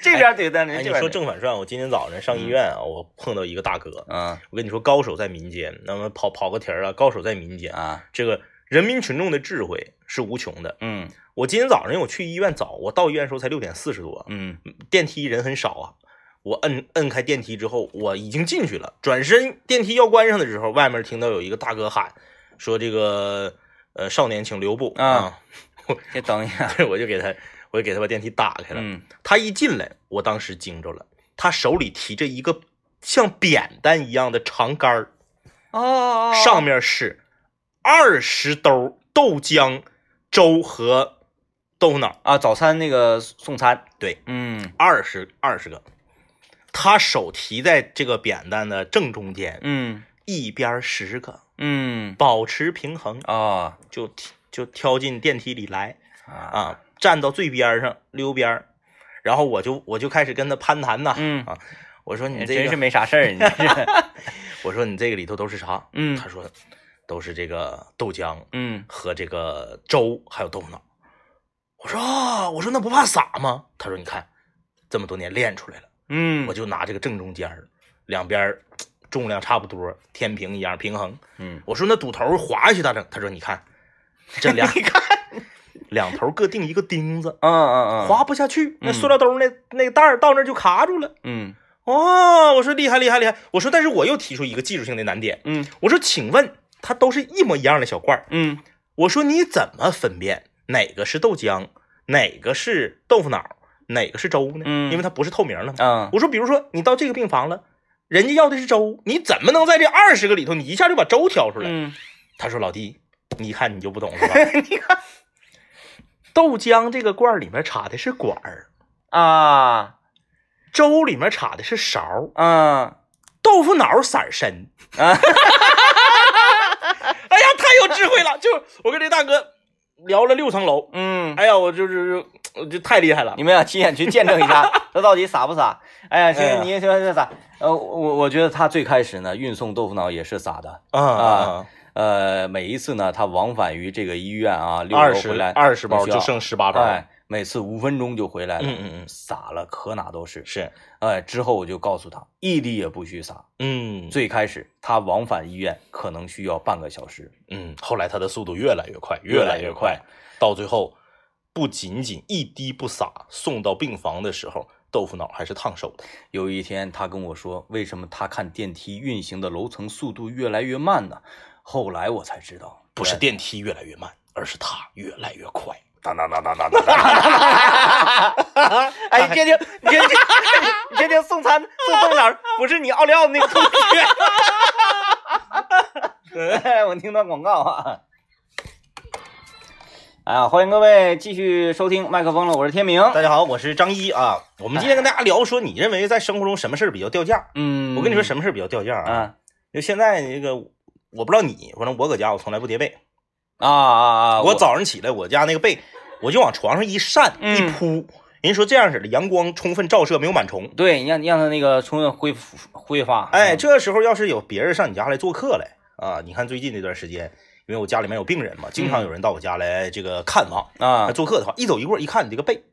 [SPEAKER 1] 这边对的，
[SPEAKER 2] 哎，
[SPEAKER 1] 这
[SPEAKER 2] 你
[SPEAKER 1] 边嗯
[SPEAKER 2] 说
[SPEAKER 1] 对
[SPEAKER 2] 正反算，我今天早上上医院啊，我碰到一个大哥，
[SPEAKER 1] 嗯
[SPEAKER 2] 我跟你说，高手在民间，那么跑跑个题儿啊，高手在民间，
[SPEAKER 1] 啊
[SPEAKER 2] 这个人民群众的智慧是无穷的。
[SPEAKER 1] 嗯
[SPEAKER 2] 我今天早上因为我去医院早，我到医院的时候才六点四十多，
[SPEAKER 1] 嗯
[SPEAKER 2] 电梯人很少啊。我摁摁开电梯之后，我已经进去了，转身电梯要关上的时候，外面听到有一个大哥喊说：“这个呃少年请留步
[SPEAKER 1] 啊！”先等一下，
[SPEAKER 2] 我就给他，我就给他把电梯打开了。
[SPEAKER 1] 嗯
[SPEAKER 2] 他一进来，我当时惊着了，他手里提着一个像扁担一样的长杆儿，
[SPEAKER 1] 哦
[SPEAKER 2] 上面是二十兜豆浆、粥和豆腐脑，
[SPEAKER 1] 啊，早餐那个送餐，
[SPEAKER 2] 对，
[SPEAKER 1] 嗯
[SPEAKER 2] 二十二十个。他手提在这个扁担的正中间，
[SPEAKER 1] 嗯
[SPEAKER 2] 一边十个，
[SPEAKER 1] 嗯
[SPEAKER 2] 保持平衡，
[SPEAKER 1] 啊
[SPEAKER 2] 就挑就挑进电梯里来。
[SPEAKER 1] 啊
[SPEAKER 2] 啊，站到最边儿上溜边儿，然后我就我就开始跟他攀谈呐、
[SPEAKER 1] 嗯
[SPEAKER 2] 啊，我说你
[SPEAKER 1] 你
[SPEAKER 2] 这
[SPEAKER 1] 真
[SPEAKER 2] 个
[SPEAKER 1] 是没啥事儿，你这，
[SPEAKER 2] 我说你这个里头都是啥？
[SPEAKER 1] 嗯
[SPEAKER 2] 他说都是这个豆浆
[SPEAKER 1] 嗯
[SPEAKER 2] 和这个粥，还有豆腐脑。我说啊，我说那不怕洒吗？他说你看这么多年练出来了，
[SPEAKER 1] 嗯，
[SPEAKER 2] 我就拿这个正中间儿，两边儿重量差不多，天平一样平衡。
[SPEAKER 1] 嗯，
[SPEAKER 2] 我说那赌头滑下去咋整？他说你看这两
[SPEAKER 1] 你看，
[SPEAKER 2] 两头各钉一个钉子。
[SPEAKER 1] 嗯嗯嗯，
[SPEAKER 2] 滑不下去，那
[SPEAKER 1] 嗯
[SPEAKER 2] 塑料兜那那个袋儿到那儿就卡住了。
[SPEAKER 1] 嗯
[SPEAKER 2] 哦，我说厉害厉害厉害！我说，但是我又提出一个技术性的难点，
[SPEAKER 1] 嗯
[SPEAKER 2] 我说，请问它都是一模一样的小罐儿，
[SPEAKER 1] 嗯
[SPEAKER 2] 我说你怎么分辨哪个是豆浆，哪个是豆腐脑，哪个是粥呢？
[SPEAKER 1] 嗯
[SPEAKER 2] 因为它不是透明了嘛。
[SPEAKER 1] 嗯
[SPEAKER 2] 我说，比如说你到这个病房了，人家要的是粥，你怎么能在这二十个里头你一下就把粥挑出来？
[SPEAKER 1] 嗯，
[SPEAKER 2] 他说：“老弟，你一看你就不懂了吧？你看，豆浆这个罐儿里面插的是管儿。”
[SPEAKER 1] 啊
[SPEAKER 2] 粥里面插的是勺儿，
[SPEAKER 1] 嗯
[SPEAKER 2] 豆腐脑色儿深
[SPEAKER 1] 啊
[SPEAKER 2] 哎呀，太有智慧了！就我跟这大哥聊了六层楼，
[SPEAKER 1] 嗯，
[SPEAKER 2] 哎呀，我就是我就太厉害了
[SPEAKER 1] 你。们俩亲眼去见证一 下，他到底傻不傻？哎呀，其实你也说这傻，呃，我我觉得他最开始呢运送豆腐脑也是傻的，
[SPEAKER 2] 啊
[SPEAKER 1] 啊！呃，每一次呢他往返于这个医院啊，六
[SPEAKER 2] 二
[SPEAKER 1] 楼回
[SPEAKER 2] 十
[SPEAKER 1] 来
[SPEAKER 2] 二十包
[SPEAKER 1] 需要
[SPEAKER 2] 就剩十八包，
[SPEAKER 1] 哎，每次五分钟就回来了，
[SPEAKER 2] 嗯嗯嗯
[SPEAKER 1] 撒了可哪都是，
[SPEAKER 2] 是，
[SPEAKER 1] 哎，之后我就告诉他，一滴也不许撒。
[SPEAKER 2] 嗯
[SPEAKER 1] 最开始他往返医院可能需要半个小时，
[SPEAKER 2] 嗯。后来他的速度越来越快，
[SPEAKER 1] 越来
[SPEAKER 2] 来
[SPEAKER 1] 越
[SPEAKER 2] 越
[SPEAKER 1] 快，
[SPEAKER 2] 到最后不仅仅一滴不洒，送到病房的时候，豆腐脑还是烫手的。
[SPEAKER 1] 有一天，他跟我说，为什么他看电梯运行的楼层速度越来越慢呢？后来我才知道，
[SPEAKER 2] 不是电梯越来越慢，而是它越来越快。
[SPEAKER 1] 当当当当当当当。 哎，你这就你这就你这就送餐送豆脑，不是你奥利奥那个同学。哎我听到广告啊。哎呀，欢迎各位继续收听麦克风了，我是天明。
[SPEAKER 2] 大家好，我是张一啊。我们今天跟大家聊说，你认为在生活中什么事儿比较掉价？
[SPEAKER 1] 嗯，
[SPEAKER 2] 我跟你说
[SPEAKER 1] 么
[SPEAKER 2] 什么事儿比较掉价啊？
[SPEAKER 1] 啊
[SPEAKER 2] 就现在这个，我不知道你，反正我搁家我从来不叠被。
[SPEAKER 1] 啊啊啊！
[SPEAKER 2] 我早上起来，我家那个被，我就往床上一扇
[SPEAKER 1] 嗯
[SPEAKER 2] 一铺。人家说这样式的阳光充分照射，没有螨虫。
[SPEAKER 1] 对，你让你让他那个充分挥挥发。
[SPEAKER 2] 哎，
[SPEAKER 1] 嗯
[SPEAKER 2] 这时候要是有别人上你家来做客来啊，你看最近这段时间，因为我家里面有病人嘛，经常有人到我家来这个看望。
[SPEAKER 1] 嗯啊，
[SPEAKER 2] 做客的话，一走一过一看你这个被，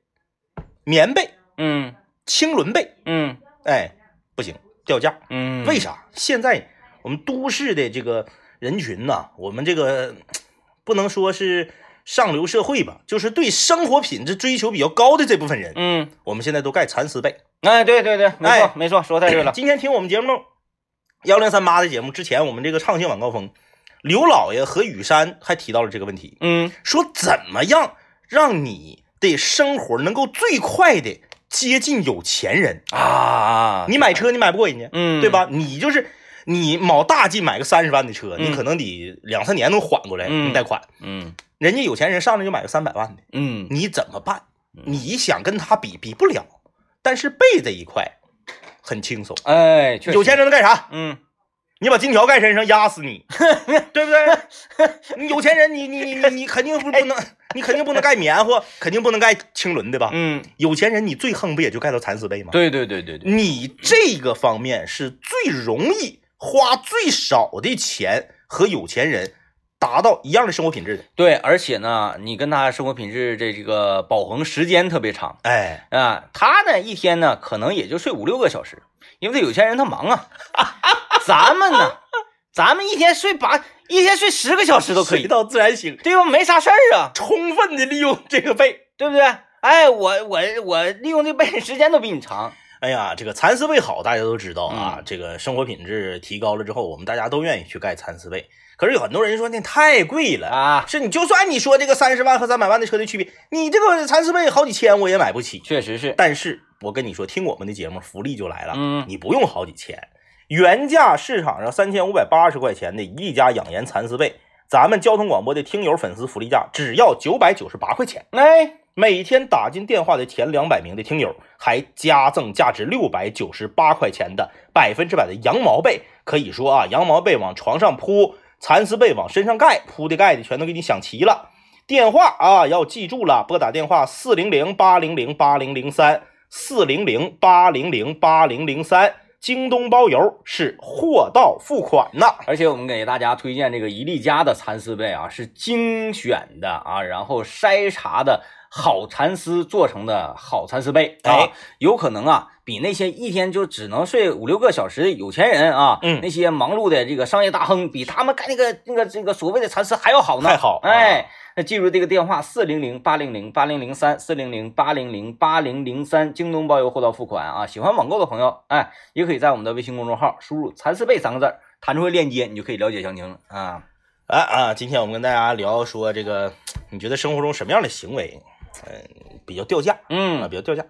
[SPEAKER 2] 棉被、
[SPEAKER 1] 嗯
[SPEAKER 2] 青纶被，
[SPEAKER 1] 嗯
[SPEAKER 2] 哎，不行，掉价。
[SPEAKER 1] 嗯，
[SPEAKER 2] 为啥？现在我们都市的这个人群呐、我们这个不能说是上流社会吧，就是对生活品质追求比较高的这部分人，
[SPEAKER 1] 嗯，
[SPEAKER 2] 我们现在都盖蚕丝被。
[SPEAKER 1] 哎，对对对，没错
[SPEAKER 2] 哎
[SPEAKER 1] 没错，说太对 了。
[SPEAKER 2] 今天听我们节目幺零三八的节目之前，我们这个畅行晚高峰，刘老爷和雨山还提到了这个问题，
[SPEAKER 1] 嗯
[SPEAKER 2] 说怎么样让你的生活能够最快的接近有钱人。
[SPEAKER 1] 啊，
[SPEAKER 2] 你买车你买不过人家，
[SPEAKER 1] 嗯
[SPEAKER 2] 对？吧？你就是你卯大劲买个三十万的车，
[SPEAKER 1] 嗯
[SPEAKER 2] 你可能得两三年能缓过来，
[SPEAKER 1] 嗯
[SPEAKER 2] 你贷款。
[SPEAKER 1] 嗯
[SPEAKER 2] 人家有钱人上来就买个三百万的，
[SPEAKER 1] 嗯
[SPEAKER 2] 你怎么办？你想跟他比，比不了。但是背这一块很轻松，
[SPEAKER 1] 哎，确实
[SPEAKER 2] 有钱人能干啥？
[SPEAKER 1] 嗯
[SPEAKER 2] 你把金条盖身上压死 你，对不对？你有钱人，你你你你你肯定不 不能，你肯定不能盖棉花，肯定不能盖青纶的吧？
[SPEAKER 1] 嗯，
[SPEAKER 2] 有钱人你最横不也就盖到蚕丝被吗？
[SPEAKER 1] 对对对对对，
[SPEAKER 2] 你这个方面是最容易花最少的钱和有钱人达到一样的生活品质的。
[SPEAKER 1] 对，而且呢，你跟他生活品质这这个保衡时间特别长
[SPEAKER 2] 哎，
[SPEAKER 1] 啊，他呢一天呢可能也就睡五六个小时，因为他有钱人他忙啊，咱们呢，咱们一天睡八一天睡十个小时都可
[SPEAKER 2] 睡
[SPEAKER 1] 以，
[SPEAKER 2] 到自然醒，
[SPEAKER 1] 对吧？没啥事儿啊，
[SPEAKER 2] 充分的利用这个被。
[SPEAKER 1] 对不对？哎，我我我利用这辈子时间都比你长，
[SPEAKER 2] 哎呀，这个蚕丝被好，大家都知道啊，
[SPEAKER 1] 嗯
[SPEAKER 2] 这个生活品质提高了之后，我们大家都愿意去盖蚕丝被。可是有很多人说那太贵了
[SPEAKER 1] 啊
[SPEAKER 2] 是你就算你说这个三十万和三百万的车的区别，你这个蚕丝被好几千我也买不起。
[SPEAKER 1] 确实是，
[SPEAKER 2] 但是我跟你说，听我们的节目福利就来了，
[SPEAKER 1] 嗯
[SPEAKER 2] 你不用好几千，原价市场上三千五百八十块钱的一家养颜蚕丝被，咱们交通广播的听友粉丝福利价只要九百九十八块钱。
[SPEAKER 1] 哎，
[SPEAKER 2] 每天打进电话的前两百名的听友，还加赠价值六百九十八块钱的百分之百的羊毛被。可以说啊，羊毛被往床上铺，蚕丝被往身上盖，铺的盖的全都给你想齐了。电话啊，要记住了，拨打电话四零零八零零八零零三四零零八零零八零零三。京东包邮是货到付款呐。
[SPEAKER 1] 而且我们给大家推荐这个一粒家的蚕丝被啊，是精选的啊，然后筛查的好蚕丝做成的好蚕丝被啊，
[SPEAKER 2] 哎
[SPEAKER 1] 有可能啊，比那些一天就只能睡五六个小时的有钱人啊，
[SPEAKER 2] 嗯
[SPEAKER 1] 那些忙碌的这个商业大亨，比他们干那个那个这个所谓的蚕丝还要好呢，
[SPEAKER 2] 太好啊
[SPEAKER 1] 哎。那记住这个电话四零零八零零八零零三四零零八零零八零零三，京东包邮，货到付款啊！喜欢网购的朋友，哎，也可以在我们的微信公众号输入“蚕丝被”三个字儿，弹出链接，你就可以了解详情了啊！
[SPEAKER 2] 啊啊！今天我们跟大家聊说这个，你觉得生活中什么样的行为，嗯、比较掉价啊，
[SPEAKER 1] 嗯
[SPEAKER 2] 比较掉价？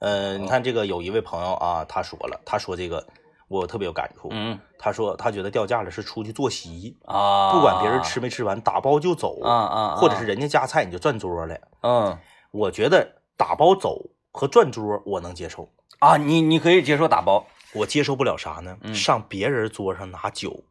[SPEAKER 2] 呃，你看这个有一位朋友啊，他说了，他说这个我特别有感触，
[SPEAKER 1] 嗯
[SPEAKER 2] 他说他觉得掉价了是出去坐席，
[SPEAKER 1] 啊，
[SPEAKER 2] 不管别人吃没吃完，打包就走，
[SPEAKER 1] 啊啊，啊
[SPEAKER 2] 或者是人家夹菜你就转桌了。
[SPEAKER 1] 嗯
[SPEAKER 2] 我觉得打包走和转桌我能接受，
[SPEAKER 1] 啊，你你可以接受打包
[SPEAKER 2] 我接受不了啥呢？
[SPEAKER 1] 嗯
[SPEAKER 2] 上别人桌上拿酒，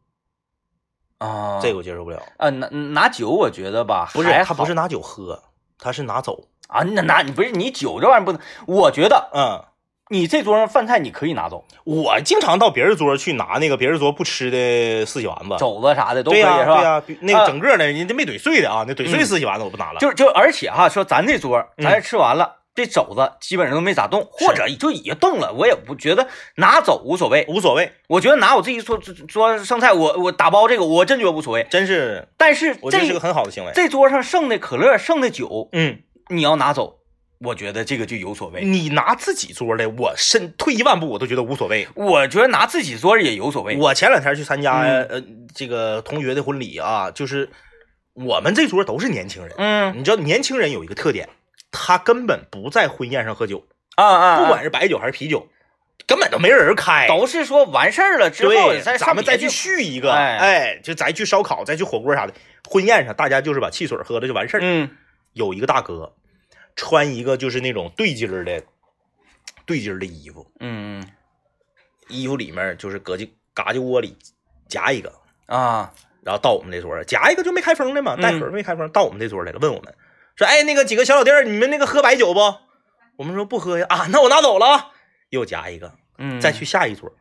[SPEAKER 1] 啊，
[SPEAKER 2] 这个我接受不了。
[SPEAKER 1] 啊拿拿酒我觉得吧，
[SPEAKER 2] 不是
[SPEAKER 1] 还，
[SPEAKER 2] 他
[SPEAKER 1] 好
[SPEAKER 2] 不是拿酒喝，他是拿走。
[SPEAKER 1] 啊，那拿你不是你酒这玩意儿不能，我觉得
[SPEAKER 2] 嗯，
[SPEAKER 1] 你这桌上饭菜你可以拿走，
[SPEAKER 2] 我经常到别人桌去拿那个别人桌不吃的四喜丸子，
[SPEAKER 1] 肘子啥的都可
[SPEAKER 2] 对
[SPEAKER 1] 以、
[SPEAKER 2] 呀、
[SPEAKER 1] 是吧？
[SPEAKER 2] 对呀、比那
[SPEAKER 1] 啊
[SPEAKER 2] 个整个的人家没怼碎的啊，那怼碎
[SPEAKER 1] 嗯
[SPEAKER 2] 四喜丸子我不拿了。
[SPEAKER 1] 就就而且哈，说咱这桌，
[SPEAKER 2] 嗯
[SPEAKER 1] 咱这吃完了，这肘子基本上都没咋动，或者就也动了，我也不觉得拿走无所谓。
[SPEAKER 2] 无所谓，
[SPEAKER 1] 我觉得拿我自己做做做剩菜，我我打包这个我真觉得无所谓。
[SPEAKER 2] 真是
[SPEAKER 1] 但是
[SPEAKER 2] 我觉得是个
[SPEAKER 1] 这
[SPEAKER 2] 很好的行为。
[SPEAKER 1] 这桌上剩的可乐、剩的酒，
[SPEAKER 2] 嗯，
[SPEAKER 1] 你要拿走，我觉得这个就有所谓。
[SPEAKER 2] 你拿自己桌的，我甚退一万步我都觉得无所谓。
[SPEAKER 1] 我觉得拿自己桌也有所谓。
[SPEAKER 2] 我前两天去参加、
[SPEAKER 1] 嗯
[SPEAKER 2] 呃这个同学的婚礼啊，就是我们这桌都是年轻人，
[SPEAKER 1] 嗯
[SPEAKER 2] 你知道年轻人有一个特点，他根本不在婚宴上喝酒，
[SPEAKER 1] 啊啊，
[SPEAKER 2] 不
[SPEAKER 1] 啊
[SPEAKER 2] 管是白酒还是啤酒，根本都没人开。
[SPEAKER 1] 都是说完事儿了之后
[SPEAKER 2] 哎对，
[SPEAKER 1] 再
[SPEAKER 2] 咱
[SPEAKER 1] 上
[SPEAKER 2] 们
[SPEAKER 1] 别
[SPEAKER 2] 再
[SPEAKER 1] 的
[SPEAKER 2] 去
[SPEAKER 1] 地方。
[SPEAKER 2] 续一个，
[SPEAKER 1] 哎
[SPEAKER 2] 哎，就咱去烧烤，再去火锅啥的。婚宴上，大家就是把汽水喝了就完事儿。
[SPEAKER 1] 嗯
[SPEAKER 2] 有一个大哥穿一个就是那种对襟儿的对襟儿的衣服，
[SPEAKER 1] 嗯
[SPEAKER 2] 衣服里面就是搁进嘎叽窝里夹一个，
[SPEAKER 1] 嗯啊
[SPEAKER 2] 然后到我们这桌来，夹一个就没开封的嘛，
[SPEAKER 1] 嗯
[SPEAKER 2] 带盒儿没开封，到我们这桌来了，问我们说，哎，那个几个小老弟儿，你们那个喝白酒不？我们说不喝呀，啊，那我拿走了啊，又夹一个，
[SPEAKER 1] 嗯，
[SPEAKER 2] 再去啊下一桌，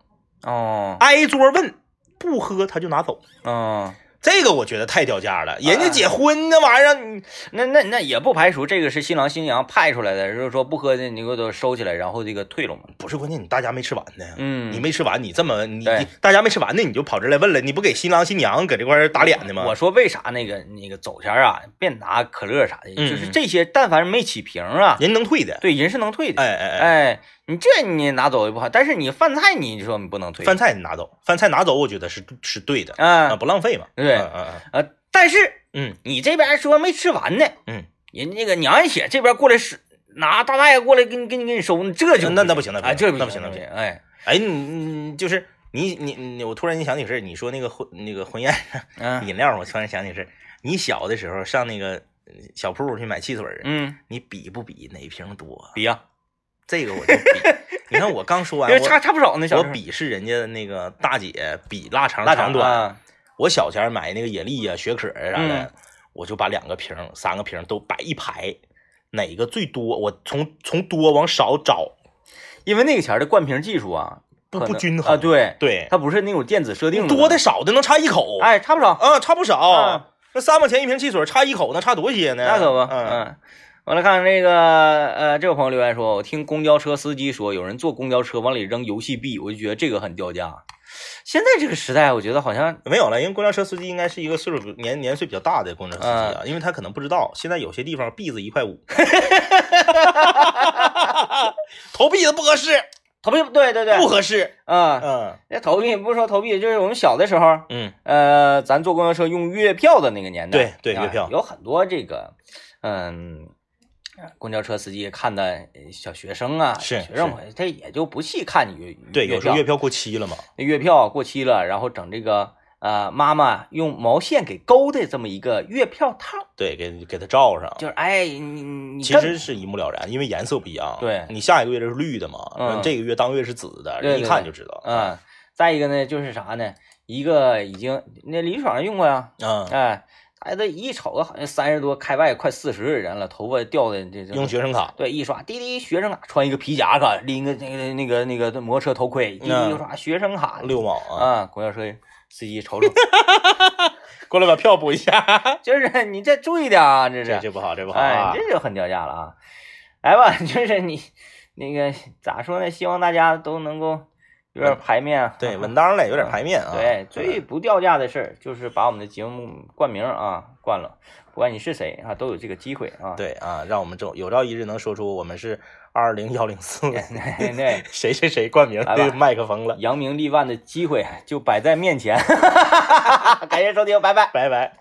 [SPEAKER 1] 哦
[SPEAKER 2] 挨桌问，不喝他就拿走。
[SPEAKER 1] 哦。
[SPEAKER 2] 这个我觉得太掉价
[SPEAKER 1] 哎
[SPEAKER 2] 了，人家结婚那玩意儿，你
[SPEAKER 1] 那那那也不排除这个是新郎新娘派出来的，就是说不喝的你给我都收起来，然后这个退了嘛。
[SPEAKER 2] 不是关键，你大家没吃完呢，
[SPEAKER 1] 嗯
[SPEAKER 2] 你没吃完，你这么你
[SPEAKER 1] 对
[SPEAKER 2] 你大家没吃完呢，你就跑这来问了，你不给新郎新娘搁这块儿打脸的吗？
[SPEAKER 1] 嗯我说为啥那个那个走前啊，别拿可乐啥的，
[SPEAKER 2] 嗯
[SPEAKER 1] 就是这些，但凡没起瓶啊，
[SPEAKER 2] 人能退的，
[SPEAKER 1] 对人是能退的。
[SPEAKER 2] 哎哎哎，
[SPEAKER 1] 哎，你这你拿走也不好，但是你饭菜你说你不能退，
[SPEAKER 2] 饭菜你拿走，饭菜拿走，我觉得是是对的啊，
[SPEAKER 1] 啊
[SPEAKER 2] 不浪费嘛，
[SPEAKER 1] 对
[SPEAKER 2] 嗯嗯
[SPEAKER 1] 呃，但是
[SPEAKER 2] 嗯
[SPEAKER 1] 你这边说没吃完呢，
[SPEAKER 2] 嗯，
[SPEAKER 1] 人那个娘一血这边过来是拿大大爷过来给你给你给你收，你这就
[SPEAKER 2] 那那不行那不行
[SPEAKER 1] 啊，这
[SPEAKER 2] 那
[SPEAKER 1] 不
[SPEAKER 2] 不行
[SPEAKER 1] 那
[SPEAKER 2] 那
[SPEAKER 1] 不
[SPEAKER 2] 不
[SPEAKER 1] 行，哎，
[SPEAKER 2] 哎，你你就是你你你，我突然间想起事儿，你说那个婚那个婚宴上
[SPEAKER 1] 嗯
[SPEAKER 2] 饮料，我突然想起事儿，你小的时候上那个呃小铺去买汽水儿，
[SPEAKER 1] 嗯，
[SPEAKER 2] 你比不比哪瓶多？
[SPEAKER 1] 比呀，
[SPEAKER 2] 这个我就比。你看我刚说
[SPEAKER 1] 因
[SPEAKER 2] 完，
[SPEAKER 1] 为
[SPEAKER 2] 我
[SPEAKER 1] 差差不少呢，小
[SPEAKER 2] 我
[SPEAKER 1] 时候
[SPEAKER 2] 鄙视人家那个大姐比腊肠
[SPEAKER 1] 腊
[SPEAKER 2] 长
[SPEAKER 1] 肠
[SPEAKER 2] 短。
[SPEAKER 1] 啊
[SPEAKER 2] 我小前儿买那个野力呀、雪可儿啊啥的，
[SPEAKER 1] 嗯
[SPEAKER 2] 我就把两个瓶儿、三个瓶儿都摆一排，哪个最多，我从从多往少找，
[SPEAKER 1] 因为那个前儿的灌瓶技术啊，
[SPEAKER 2] 不
[SPEAKER 1] 可能
[SPEAKER 2] 不均衡
[SPEAKER 1] 啊，对，
[SPEAKER 2] 对，
[SPEAKER 1] 它不是那种电子设定
[SPEAKER 2] 多
[SPEAKER 1] 的
[SPEAKER 2] 的少的能差一口，
[SPEAKER 1] 嘛，哎，差不少，
[SPEAKER 2] 啊，差不少。
[SPEAKER 1] 啊
[SPEAKER 2] 那三毛钱一瓶汽水，差一口能差多些呢？
[SPEAKER 1] 那可不，
[SPEAKER 2] 嗯，
[SPEAKER 1] 嗯，我来看这个，呃，这位朋友留言说，我听公交车司机说，有人坐公交车往里扔游戏币，我就觉得这个很掉价。现在这个时代，我觉得好像
[SPEAKER 2] 没有了，因为公交车司机应该是一个岁数年年岁比较大的公交车司机啊，因为他可能不知道，现在有些地方币子一块 五，投币子不合适，
[SPEAKER 1] 投币对对对，
[SPEAKER 2] 不合适。
[SPEAKER 1] 嗯，
[SPEAKER 2] 嗯
[SPEAKER 1] 那投币不是说投币，就是我们小的时候，
[SPEAKER 2] 嗯，
[SPEAKER 1] 呃，咱坐公交车用月票的那个年代，
[SPEAKER 2] 对对
[SPEAKER 1] 啊
[SPEAKER 2] 月票
[SPEAKER 1] 有很多这个，嗯，公交车司机看的呃小学生啊，
[SPEAKER 2] 是
[SPEAKER 1] 小学生
[SPEAKER 2] 是
[SPEAKER 1] 嘛，他也就不细看月
[SPEAKER 2] 对，
[SPEAKER 1] 月
[SPEAKER 2] 有时候
[SPEAKER 1] 票
[SPEAKER 2] 月票过期了嘛，
[SPEAKER 1] 那月票过期了，然后整这个呃妈妈用毛线给勾的这么一个月票套，
[SPEAKER 2] 对，给给他罩上。
[SPEAKER 1] 就是哎你你
[SPEAKER 2] 其
[SPEAKER 1] 根
[SPEAKER 2] 实是一目了然，因为颜色不一样。
[SPEAKER 1] 对
[SPEAKER 2] 你下一个月是绿的嘛，
[SPEAKER 1] 嗯
[SPEAKER 2] 这个月当月是紫的，
[SPEAKER 1] 对
[SPEAKER 2] 人一
[SPEAKER 1] 对
[SPEAKER 2] 看
[SPEAKER 1] 对
[SPEAKER 2] 就知道。
[SPEAKER 1] 嗯，再一个呢就是啥呢？一个已经那李爽用过呀，
[SPEAKER 2] 嗯，
[SPEAKER 1] 哎，大家都一瞅好像三十多开外快四十的人了，头发掉的这这
[SPEAKER 2] 用学生卡，
[SPEAKER 1] 对，一刷滴滴学生卡，穿一个皮夹克，拎个那个那个那个摩托车头盔，滴滴
[SPEAKER 2] 嗯
[SPEAKER 1] 一刷学生卡，
[SPEAKER 2] 六毛啊，
[SPEAKER 1] 啊，公交车司机瞅瞅，
[SPEAKER 2] 过来把票补一下。
[SPEAKER 1] 就是你这注意点啊，这是
[SPEAKER 2] 这这不好，这不好
[SPEAKER 1] 哎，！
[SPEAKER 2] 啊
[SPEAKER 1] 这就很掉价了啊！来吧， 就是你那个咋说呢？希望大家都能够有点排面啊，
[SPEAKER 2] 对，稳当嘞，有点排面啊。
[SPEAKER 1] 对，最不掉价的事儿就是把我们的节目冠名啊冠了，不管你是谁啊，都有这个机会啊。
[SPEAKER 2] 对啊，让我们这有朝一日能说出我们是二零幺零四
[SPEAKER 1] 对对，
[SPEAKER 2] 谁谁谁冠名
[SPEAKER 1] 来吧
[SPEAKER 2] 对麦克风了，
[SPEAKER 1] 扬名立万的机会就摆在面前。感谢收听，拜拜。
[SPEAKER 2] 拜拜。